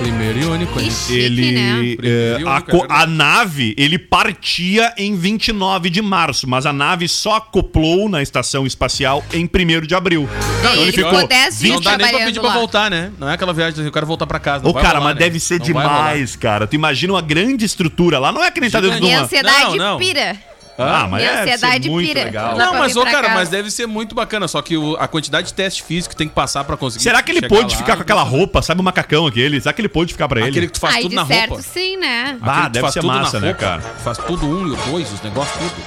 Speaker 8: Primeiro e único.
Speaker 7: Que
Speaker 8: hein?
Speaker 7: chique, né?
Speaker 5: Ele.
Speaker 8: Primeiro
Speaker 5: eh,
Speaker 8: e
Speaker 5: a,
Speaker 8: único,
Speaker 5: co-
Speaker 8: é verdade.
Speaker 5: a nave, ele partia em 29 de março, mas a nave só acoplou na estação espacial em 1 de abril. Então,
Speaker 7: Não, ele ficou 10
Speaker 8: Não
Speaker 7: dias
Speaker 8: dá nem pra pedir
Speaker 7: trabalhando
Speaker 8: pra
Speaker 7: lá.
Speaker 8: voltar, né? Não é aquela viagem assim, eu quero voltar pra casa. não
Speaker 5: Ô,
Speaker 8: vai
Speaker 5: cara,
Speaker 8: rolar,
Speaker 5: mas
Speaker 8: né?
Speaker 5: deve ser
Speaker 8: Não vai rolar.
Speaker 5: demais, cara. Tu imagina uma grande estrutura lá. Não é que nem tá dentro de
Speaker 7: Minha
Speaker 5: uma.
Speaker 7: ansiedade
Speaker 8: Não, não.
Speaker 7: pira.
Speaker 5: Ah, mas
Speaker 7: Minha
Speaker 5: deve ser
Speaker 7: ansiedade
Speaker 5: muito
Speaker 7: pira.
Speaker 5: legal.
Speaker 7: Dá
Speaker 8: Não,
Speaker 7: pra
Speaker 8: mas,
Speaker 7: vir
Speaker 8: ô,
Speaker 7: pra
Speaker 8: cara,
Speaker 7: casa.
Speaker 8: mas deve ser muito bacana. Só que o- a quantidade de teste físico que tem que passar pra conseguir.
Speaker 5: Será que ele
Speaker 8: chegar
Speaker 5: pôde
Speaker 8: lá, né?
Speaker 5: ficar com aquela roupa, sabe, o macacão aquele? Será que ele pôde ficar pra ele?
Speaker 8: Aquele que tu faz
Speaker 7: Aí,
Speaker 8: tudo
Speaker 7: de
Speaker 8: na
Speaker 7: certo,
Speaker 8: roupa.
Speaker 7: sim, né?
Speaker 5: Bah,
Speaker 8: Aquele que tu
Speaker 5: deve
Speaker 8: faz
Speaker 5: ser
Speaker 8: tudo na
Speaker 5: massa, né,
Speaker 8: roupa.
Speaker 5: cara?
Speaker 8: Faz tudo um e o dois, os negócios tudo.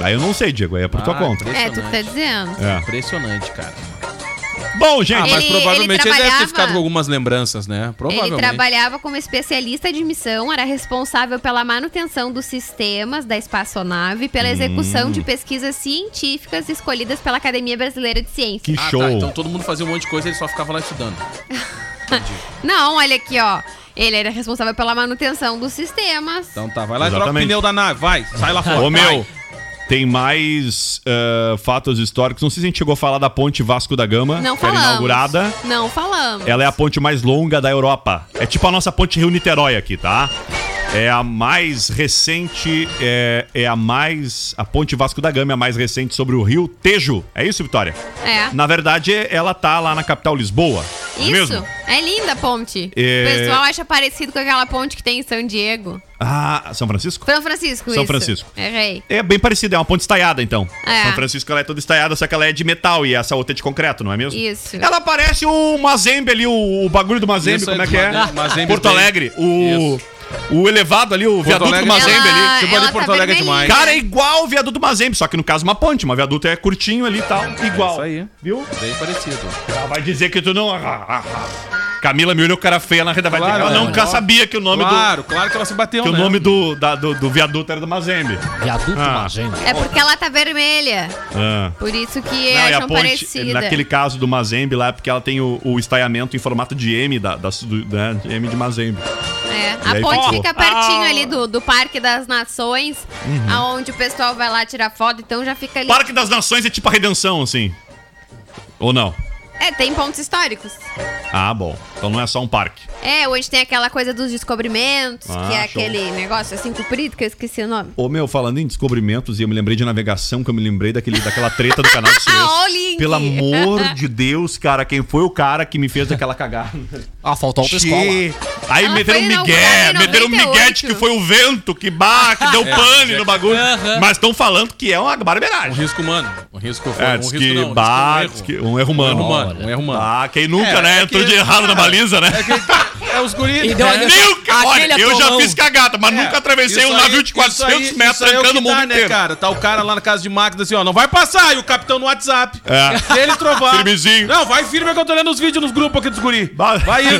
Speaker 5: Daí eu não sei, Diego. Aí é por tua
Speaker 8: Ah,
Speaker 5: conta.
Speaker 7: É, tu que tá dizendo.
Speaker 5: É.
Speaker 8: Impressionante, cara.
Speaker 5: Bom, gente.
Speaker 8: Ah, mas
Speaker 7: Ele-
Speaker 8: provavelmente
Speaker 7: ele
Speaker 8: ele, deve
Speaker 7: trabalhava-
Speaker 8: ter ficado com algumas lembranças, né? Provavelmente.
Speaker 7: Ele trabalhava como especialista de missão, era responsável pela manutenção dos sistemas da espaçonave e pela execução de pesquisas científicas escolhidas pela Academia Brasileira de Ciência.
Speaker 5: Que
Speaker 8: Ah,
Speaker 5: show.
Speaker 8: tá. Então todo mundo fazia um monte de coisa e ele só ficava lá estudando.
Speaker 7: Não, olha aqui, ó. Ele era responsável pela manutenção dos sistemas.
Speaker 8: Então tá, vai lá e troca o
Speaker 5: Exatamente.
Speaker 8: pneu da nave. Vai, sai lá fora.
Speaker 5: Ô,
Speaker 8: vai.
Speaker 5: meu. Tem mais ah, fatos históricos. Não sei se a gente chegou a falar da ponte Vasco da Gama,
Speaker 7: Não
Speaker 5: que era
Speaker 7: falamos.
Speaker 5: inaugurada.
Speaker 7: Não falamos.
Speaker 5: Ela é a ponte mais longa da Europa. É tipo a nossa ponte Rio-Niterói aqui, tá? É a mais recente, é, é a mais. A ponte Vasco da Gama é a mais recente sobre o rio Tejo. É isso, Vitória?
Speaker 7: É.
Speaker 5: Na verdade, ela tá lá na capital Lisboa. não é
Speaker 7: Isso.
Speaker 5: mesmo?
Speaker 7: É linda a ponte.
Speaker 5: É.
Speaker 7: O pessoal acha parecido com aquela ponte que tem em São Diego.
Speaker 5: Ah, São Francisco?
Speaker 7: São Francisco,
Speaker 5: São
Speaker 7: isso.
Speaker 5: Francisco.
Speaker 7: Errei.
Speaker 5: É bem parecido, é uma ponte estaiada, então.
Speaker 7: É.
Speaker 5: São Francisco ela é toda estaiada, só que ela é de metal e essa outra é de concreto, não é mesmo?
Speaker 7: Isso.
Speaker 5: Ela parece o Mazembe ali, o, o bagulho do Mazembe,
Speaker 8: Isso,
Speaker 5: como é
Speaker 8: do
Speaker 5: que é?
Speaker 8: Mazembe, Ah, Mazembe
Speaker 5: Porto
Speaker 8: tem.
Speaker 5: Alegre, o, o elevado ali, o viaduto do
Speaker 8: Alegre.
Speaker 5: Mazembe ali.
Speaker 7: Ela-
Speaker 8: Tipo ali
Speaker 7: ela
Speaker 8: Porto
Speaker 7: tá
Speaker 8: Alegre é
Speaker 7: vermelhinha.
Speaker 8: demais.
Speaker 5: Cara, é igual o viaduto do Mazembe, só que no caso uma ponte, uma viaduto é curtinho ali e tal, igual.
Speaker 8: isso aí.
Speaker 5: Viu?
Speaker 8: Bem parecido.
Speaker 5: Ah, Vai dizer que tu não... ah, ah, ah. Camila me olhou cara feia na rede, vai
Speaker 8: Claro,
Speaker 5: dizer, ela
Speaker 8: é.
Speaker 5: nunca sabia que o nome
Speaker 8: claro, claro que ela se bateu,
Speaker 5: do... Que o
Speaker 8: né?
Speaker 5: nome do, da- do, do viaduto era do Mazembe.
Speaker 6: Viaduto
Speaker 5: Ah.
Speaker 6: Magenta.
Speaker 7: É porque ela tá vermelha.
Speaker 5: Ah.
Speaker 7: Por isso que
Speaker 5: Não, e a
Speaker 7: acham
Speaker 5: ponte,
Speaker 7: parecida.
Speaker 5: naquele caso do Mazembe lá, é porque ela tem o, o estaiamento em formato de M, da, da, do- da- de M de Mazembe. E
Speaker 7: É, a
Speaker 5: aí
Speaker 7: ponte
Speaker 5: ficou.
Speaker 7: fica pertinho ali do, do Parque das Nações, aonde o pessoal vai lá tirar foto, então já fica ali.
Speaker 5: Uhum. Parque das Nações é tipo a redenção, assim. Ou não?
Speaker 7: É, tem pontos históricos.
Speaker 5: Ah, bom. Então não é só um parque.
Speaker 7: É, hoje tem aquela coisa dos descobrimentos,
Speaker 5: Ah,
Speaker 7: que é
Speaker 5: show.
Speaker 7: aquele negócio assim comprido, que eu esqueci o nome.
Speaker 5: Ô, meu, falando em descobrimentos, e eu me lembrei de navegação, que eu me lembrei daquele, daquela treta do canal de Suez.
Speaker 7: Ó, o link.
Speaker 5: Pelo amor de Deus, cara, quem foi o cara que me fez aquela cagada?
Speaker 6: Ah, faltou autoescola.
Speaker 5: Che. Aí
Speaker 7: Ela
Speaker 5: meteram
Speaker 7: foi
Speaker 5: um
Speaker 7: inaugurada
Speaker 5: migué,
Speaker 7: em
Speaker 5: meteram um migué de
Speaker 7: 98.
Speaker 5: que foi o vento que bah, que deu pane no bagulho.
Speaker 6: Aham.
Speaker 5: Mas estão falando que é uma
Speaker 8: Um
Speaker 5: barbeiragem.
Speaker 8: risco humano. Um risco foi.
Speaker 5: É,
Speaker 8: um
Speaker 5: diz
Speaker 8: risco
Speaker 5: que
Speaker 8: não, um risco,
Speaker 5: bate, que um erro humano.
Speaker 8: humano. Um erro humano.
Speaker 5: Ah, quem nunca,
Speaker 8: É,
Speaker 5: né?
Speaker 8: é
Speaker 5: Entrou
Speaker 8: que-
Speaker 5: de errado na
Speaker 8: cara,
Speaker 5: baliza, né?
Speaker 8: É os guris.
Speaker 6: E deu
Speaker 8: né?
Speaker 6: uma
Speaker 8: É.
Speaker 5: Nunca! Olha,
Speaker 6: Aquele
Speaker 5: eu já
Speaker 6: atolão.
Speaker 5: fiz cagada, mas
Speaker 8: É,
Speaker 5: nunca atravessei
Speaker 8: isso
Speaker 5: um
Speaker 8: aí-
Speaker 5: navio de
Speaker 8: isso
Speaker 5: 400
Speaker 8: aí-
Speaker 5: metros
Speaker 8: isso aí é o
Speaker 5: trancando o
Speaker 8: que
Speaker 5: mundo
Speaker 8: dá,
Speaker 5: inteiro.
Speaker 8: Né, cara? Tá o cara lá na casa de máquinas assim, ó, não vai passar. E o capitão no WhatsApp.
Speaker 5: É.
Speaker 8: Se ele trovar.
Speaker 5: Firmezinho.
Speaker 8: Não, vai firme que eu tô olhando os vídeos nos grupos aqui dos guri.
Speaker 5: Bah.
Speaker 8: Vai indo.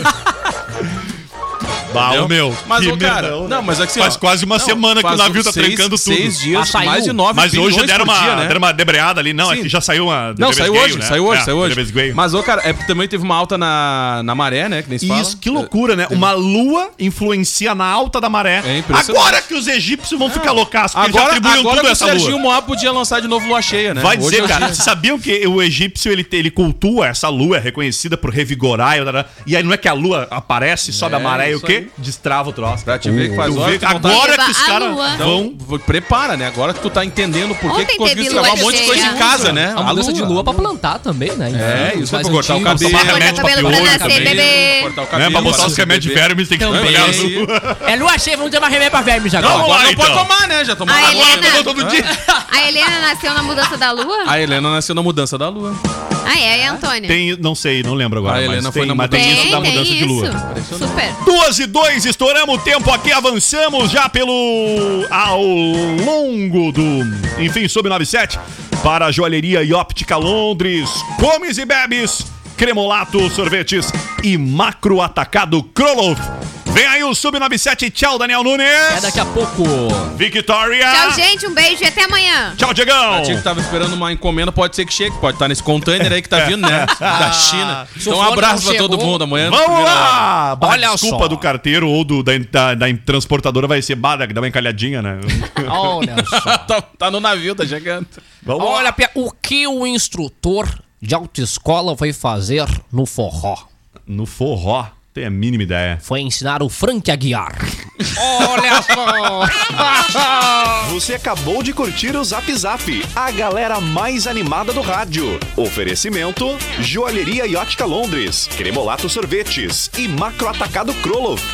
Speaker 5: Bah,
Speaker 8: entendeu?
Speaker 5: o meu,
Speaker 8: Mas,
Speaker 5: que
Speaker 8: ô, cara,
Speaker 5: merdão, né?
Speaker 8: não, mas é que assim,
Speaker 5: Faz
Speaker 8: ó,
Speaker 5: quase uma
Speaker 8: não,
Speaker 5: semana que o
Speaker 8: faz
Speaker 5: navio
Speaker 8: uns
Speaker 5: tá
Speaker 8: seis-
Speaker 5: trancando tudo.
Speaker 8: Seis dias,
Speaker 6: Ah,
Speaker 8: mais
Speaker 6: saiu.
Speaker 8: de nove
Speaker 5: Mas hoje
Speaker 8: bilhões
Speaker 5: deram
Speaker 8: por
Speaker 5: uma,
Speaker 8: dia, né?
Speaker 5: deram uma debreada ali. Não, é
Speaker 8: Sim.
Speaker 5: que já saiu uma.
Speaker 8: Não,
Speaker 5: Debregueio,
Speaker 8: saiu hoje,
Speaker 5: né?
Speaker 8: saiu hoje,
Speaker 5: É,
Speaker 8: saiu hoje.
Speaker 5: Debregueio.
Speaker 8: Mas, ô, cara, é porque também teve uma alta na, na maré, né? Que nem se fala.
Speaker 5: Isso, que loucura, né? Uma lua influencia na alta da maré.
Speaker 8: É impressionante.
Speaker 5: agora que os egípcios vão ficar loucas, porque eles já
Speaker 8: Agora,
Speaker 5: atribuíam
Speaker 8: agora
Speaker 5: tudo
Speaker 8: que
Speaker 5: a
Speaker 8: o
Speaker 5: essa
Speaker 8: Serginho
Speaker 5: lua.
Speaker 8: Moá podia lançar de novo lua cheia, né?
Speaker 5: Vai
Speaker 8: Hoje
Speaker 5: dizer,
Speaker 8: eu
Speaker 5: cara,
Speaker 8: achei-
Speaker 5: vocês sabiam que o egípcio ele, ele cultua essa lua, é reconhecida por revigorar, e tarará. e aí não é que a lua aparece, sobe a
Speaker 8: É,
Speaker 5: maré e o
Speaker 8: isso
Speaker 5: quê?
Speaker 8: aí.
Speaker 5: Destrava o troço.
Speaker 8: Pra te ver que faz
Speaker 5: Tu
Speaker 8: hora
Speaker 5: vê
Speaker 8: que tu não tá-
Speaker 5: agora que
Speaker 7: Viva
Speaker 5: os
Speaker 7: a
Speaker 5: caras
Speaker 7: lua.
Speaker 5: vão.
Speaker 8: Então, prepara, né? Agora que tu tá entendendo por que
Speaker 7: Ontem
Speaker 8: que conseguiu
Speaker 7: teve
Speaker 8: travar um
Speaker 7: lua
Speaker 8: monte de coisa
Speaker 7: cheia.
Speaker 8: em casa,
Speaker 6: A
Speaker 8: né?
Speaker 6: É mudança de lua pra plantar também, né?
Speaker 8: É,
Speaker 6: Então,
Speaker 8: isso
Speaker 6: faz
Speaker 8: é pra cortar o
Speaker 6: antigo,
Speaker 8: cabelo.
Speaker 6: tomar
Speaker 5: Cortar o
Speaker 6: remédio
Speaker 7: cabelo
Speaker 6: pra
Speaker 7: pra
Speaker 6: piolho também.
Speaker 7: nascer, bebê.
Speaker 5: Né, pra botar os remédios de vermes tem que
Speaker 6: Também.
Speaker 5: pegar as
Speaker 8: Isso.
Speaker 5: luas.
Speaker 6: É lua cheia, vamos chamar remédio pra vermes
Speaker 5: Não,
Speaker 6: agora.
Speaker 5: Vamos
Speaker 8: Agora
Speaker 5: lá,
Speaker 8: não pode
Speaker 5: então.
Speaker 8: tomar, né? Já tomaram
Speaker 7: A
Speaker 8: agora.
Speaker 7: Helena.
Speaker 8: né?
Speaker 5: todo dia.
Speaker 7: A Helena nasceu na mudança da lua?
Speaker 8: A Helena nasceu na mudança da lua.
Speaker 7: Ah, é, é a Antônia.
Speaker 5: Tem, não sei, não lembro agora.
Speaker 8: A
Speaker 5: mas
Speaker 8: Ah,
Speaker 5: tem,
Speaker 8: Helena foi na
Speaker 5: mas tem
Speaker 8: mudança.
Speaker 5: isso da mudança de lua.
Speaker 7: Super.
Speaker 5: Duas e dois, estouramos o tempo aqui, avançamos já pelo. ao longo do. Enfim, sub-97 para a joalheria e óptica Londres. Comes e bebes, cremolato, sorvetes e macro atacado Kroloff. Vem aí o sub-97. Tchau, Daniel Nunes.
Speaker 6: É daqui a pouco.
Speaker 5: Victoria.
Speaker 7: Tchau, gente. Um beijo e até amanhã.
Speaker 5: Tchau, Diegão.
Speaker 8: Tinha que tava esperando uma encomenda, pode ser que chegue, pode estar nesse container aí que
Speaker 6: É.
Speaker 8: tá vindo, né? Da China. Então um
Speaker 6: for,
Speaker 8: abraço
Speaker 6: não
Speaker 8: pra todo
Speaker 6: chegou.
Speaker 8: mundo amanhã.
Speaker 5: Vamos
Speaker 8: primeira hora.
Speaker 5: lá! Bah,
Speaker 6: Olha
Speaker 5: desculpa
Speaker 6: só.
Speaker 5: do carteiro ou do, da, da, da transportadora vai ser bada, que dá uma encalhadinha, né?
Speaker 6: Olha só.
Speaker 8: Tá, tá no navio, tá chegando.
Speaker 5: Vamos lá.
Speaker 6: Olha, Pia, o que o instrutor de autoescola foi fazer no forró?
Speaker 5: No forró, tem a mínima ideia.
Speaker 6: Foi ensinar o Frank a guiar. Olha só.
Speaker 4: Você acabou de curtir o Zap Zap, a galera mais animada do rádio. Oferecimento: Joalheria Iótica Londres, Cremolato Sorvetes e Macro Atacado Kroloff.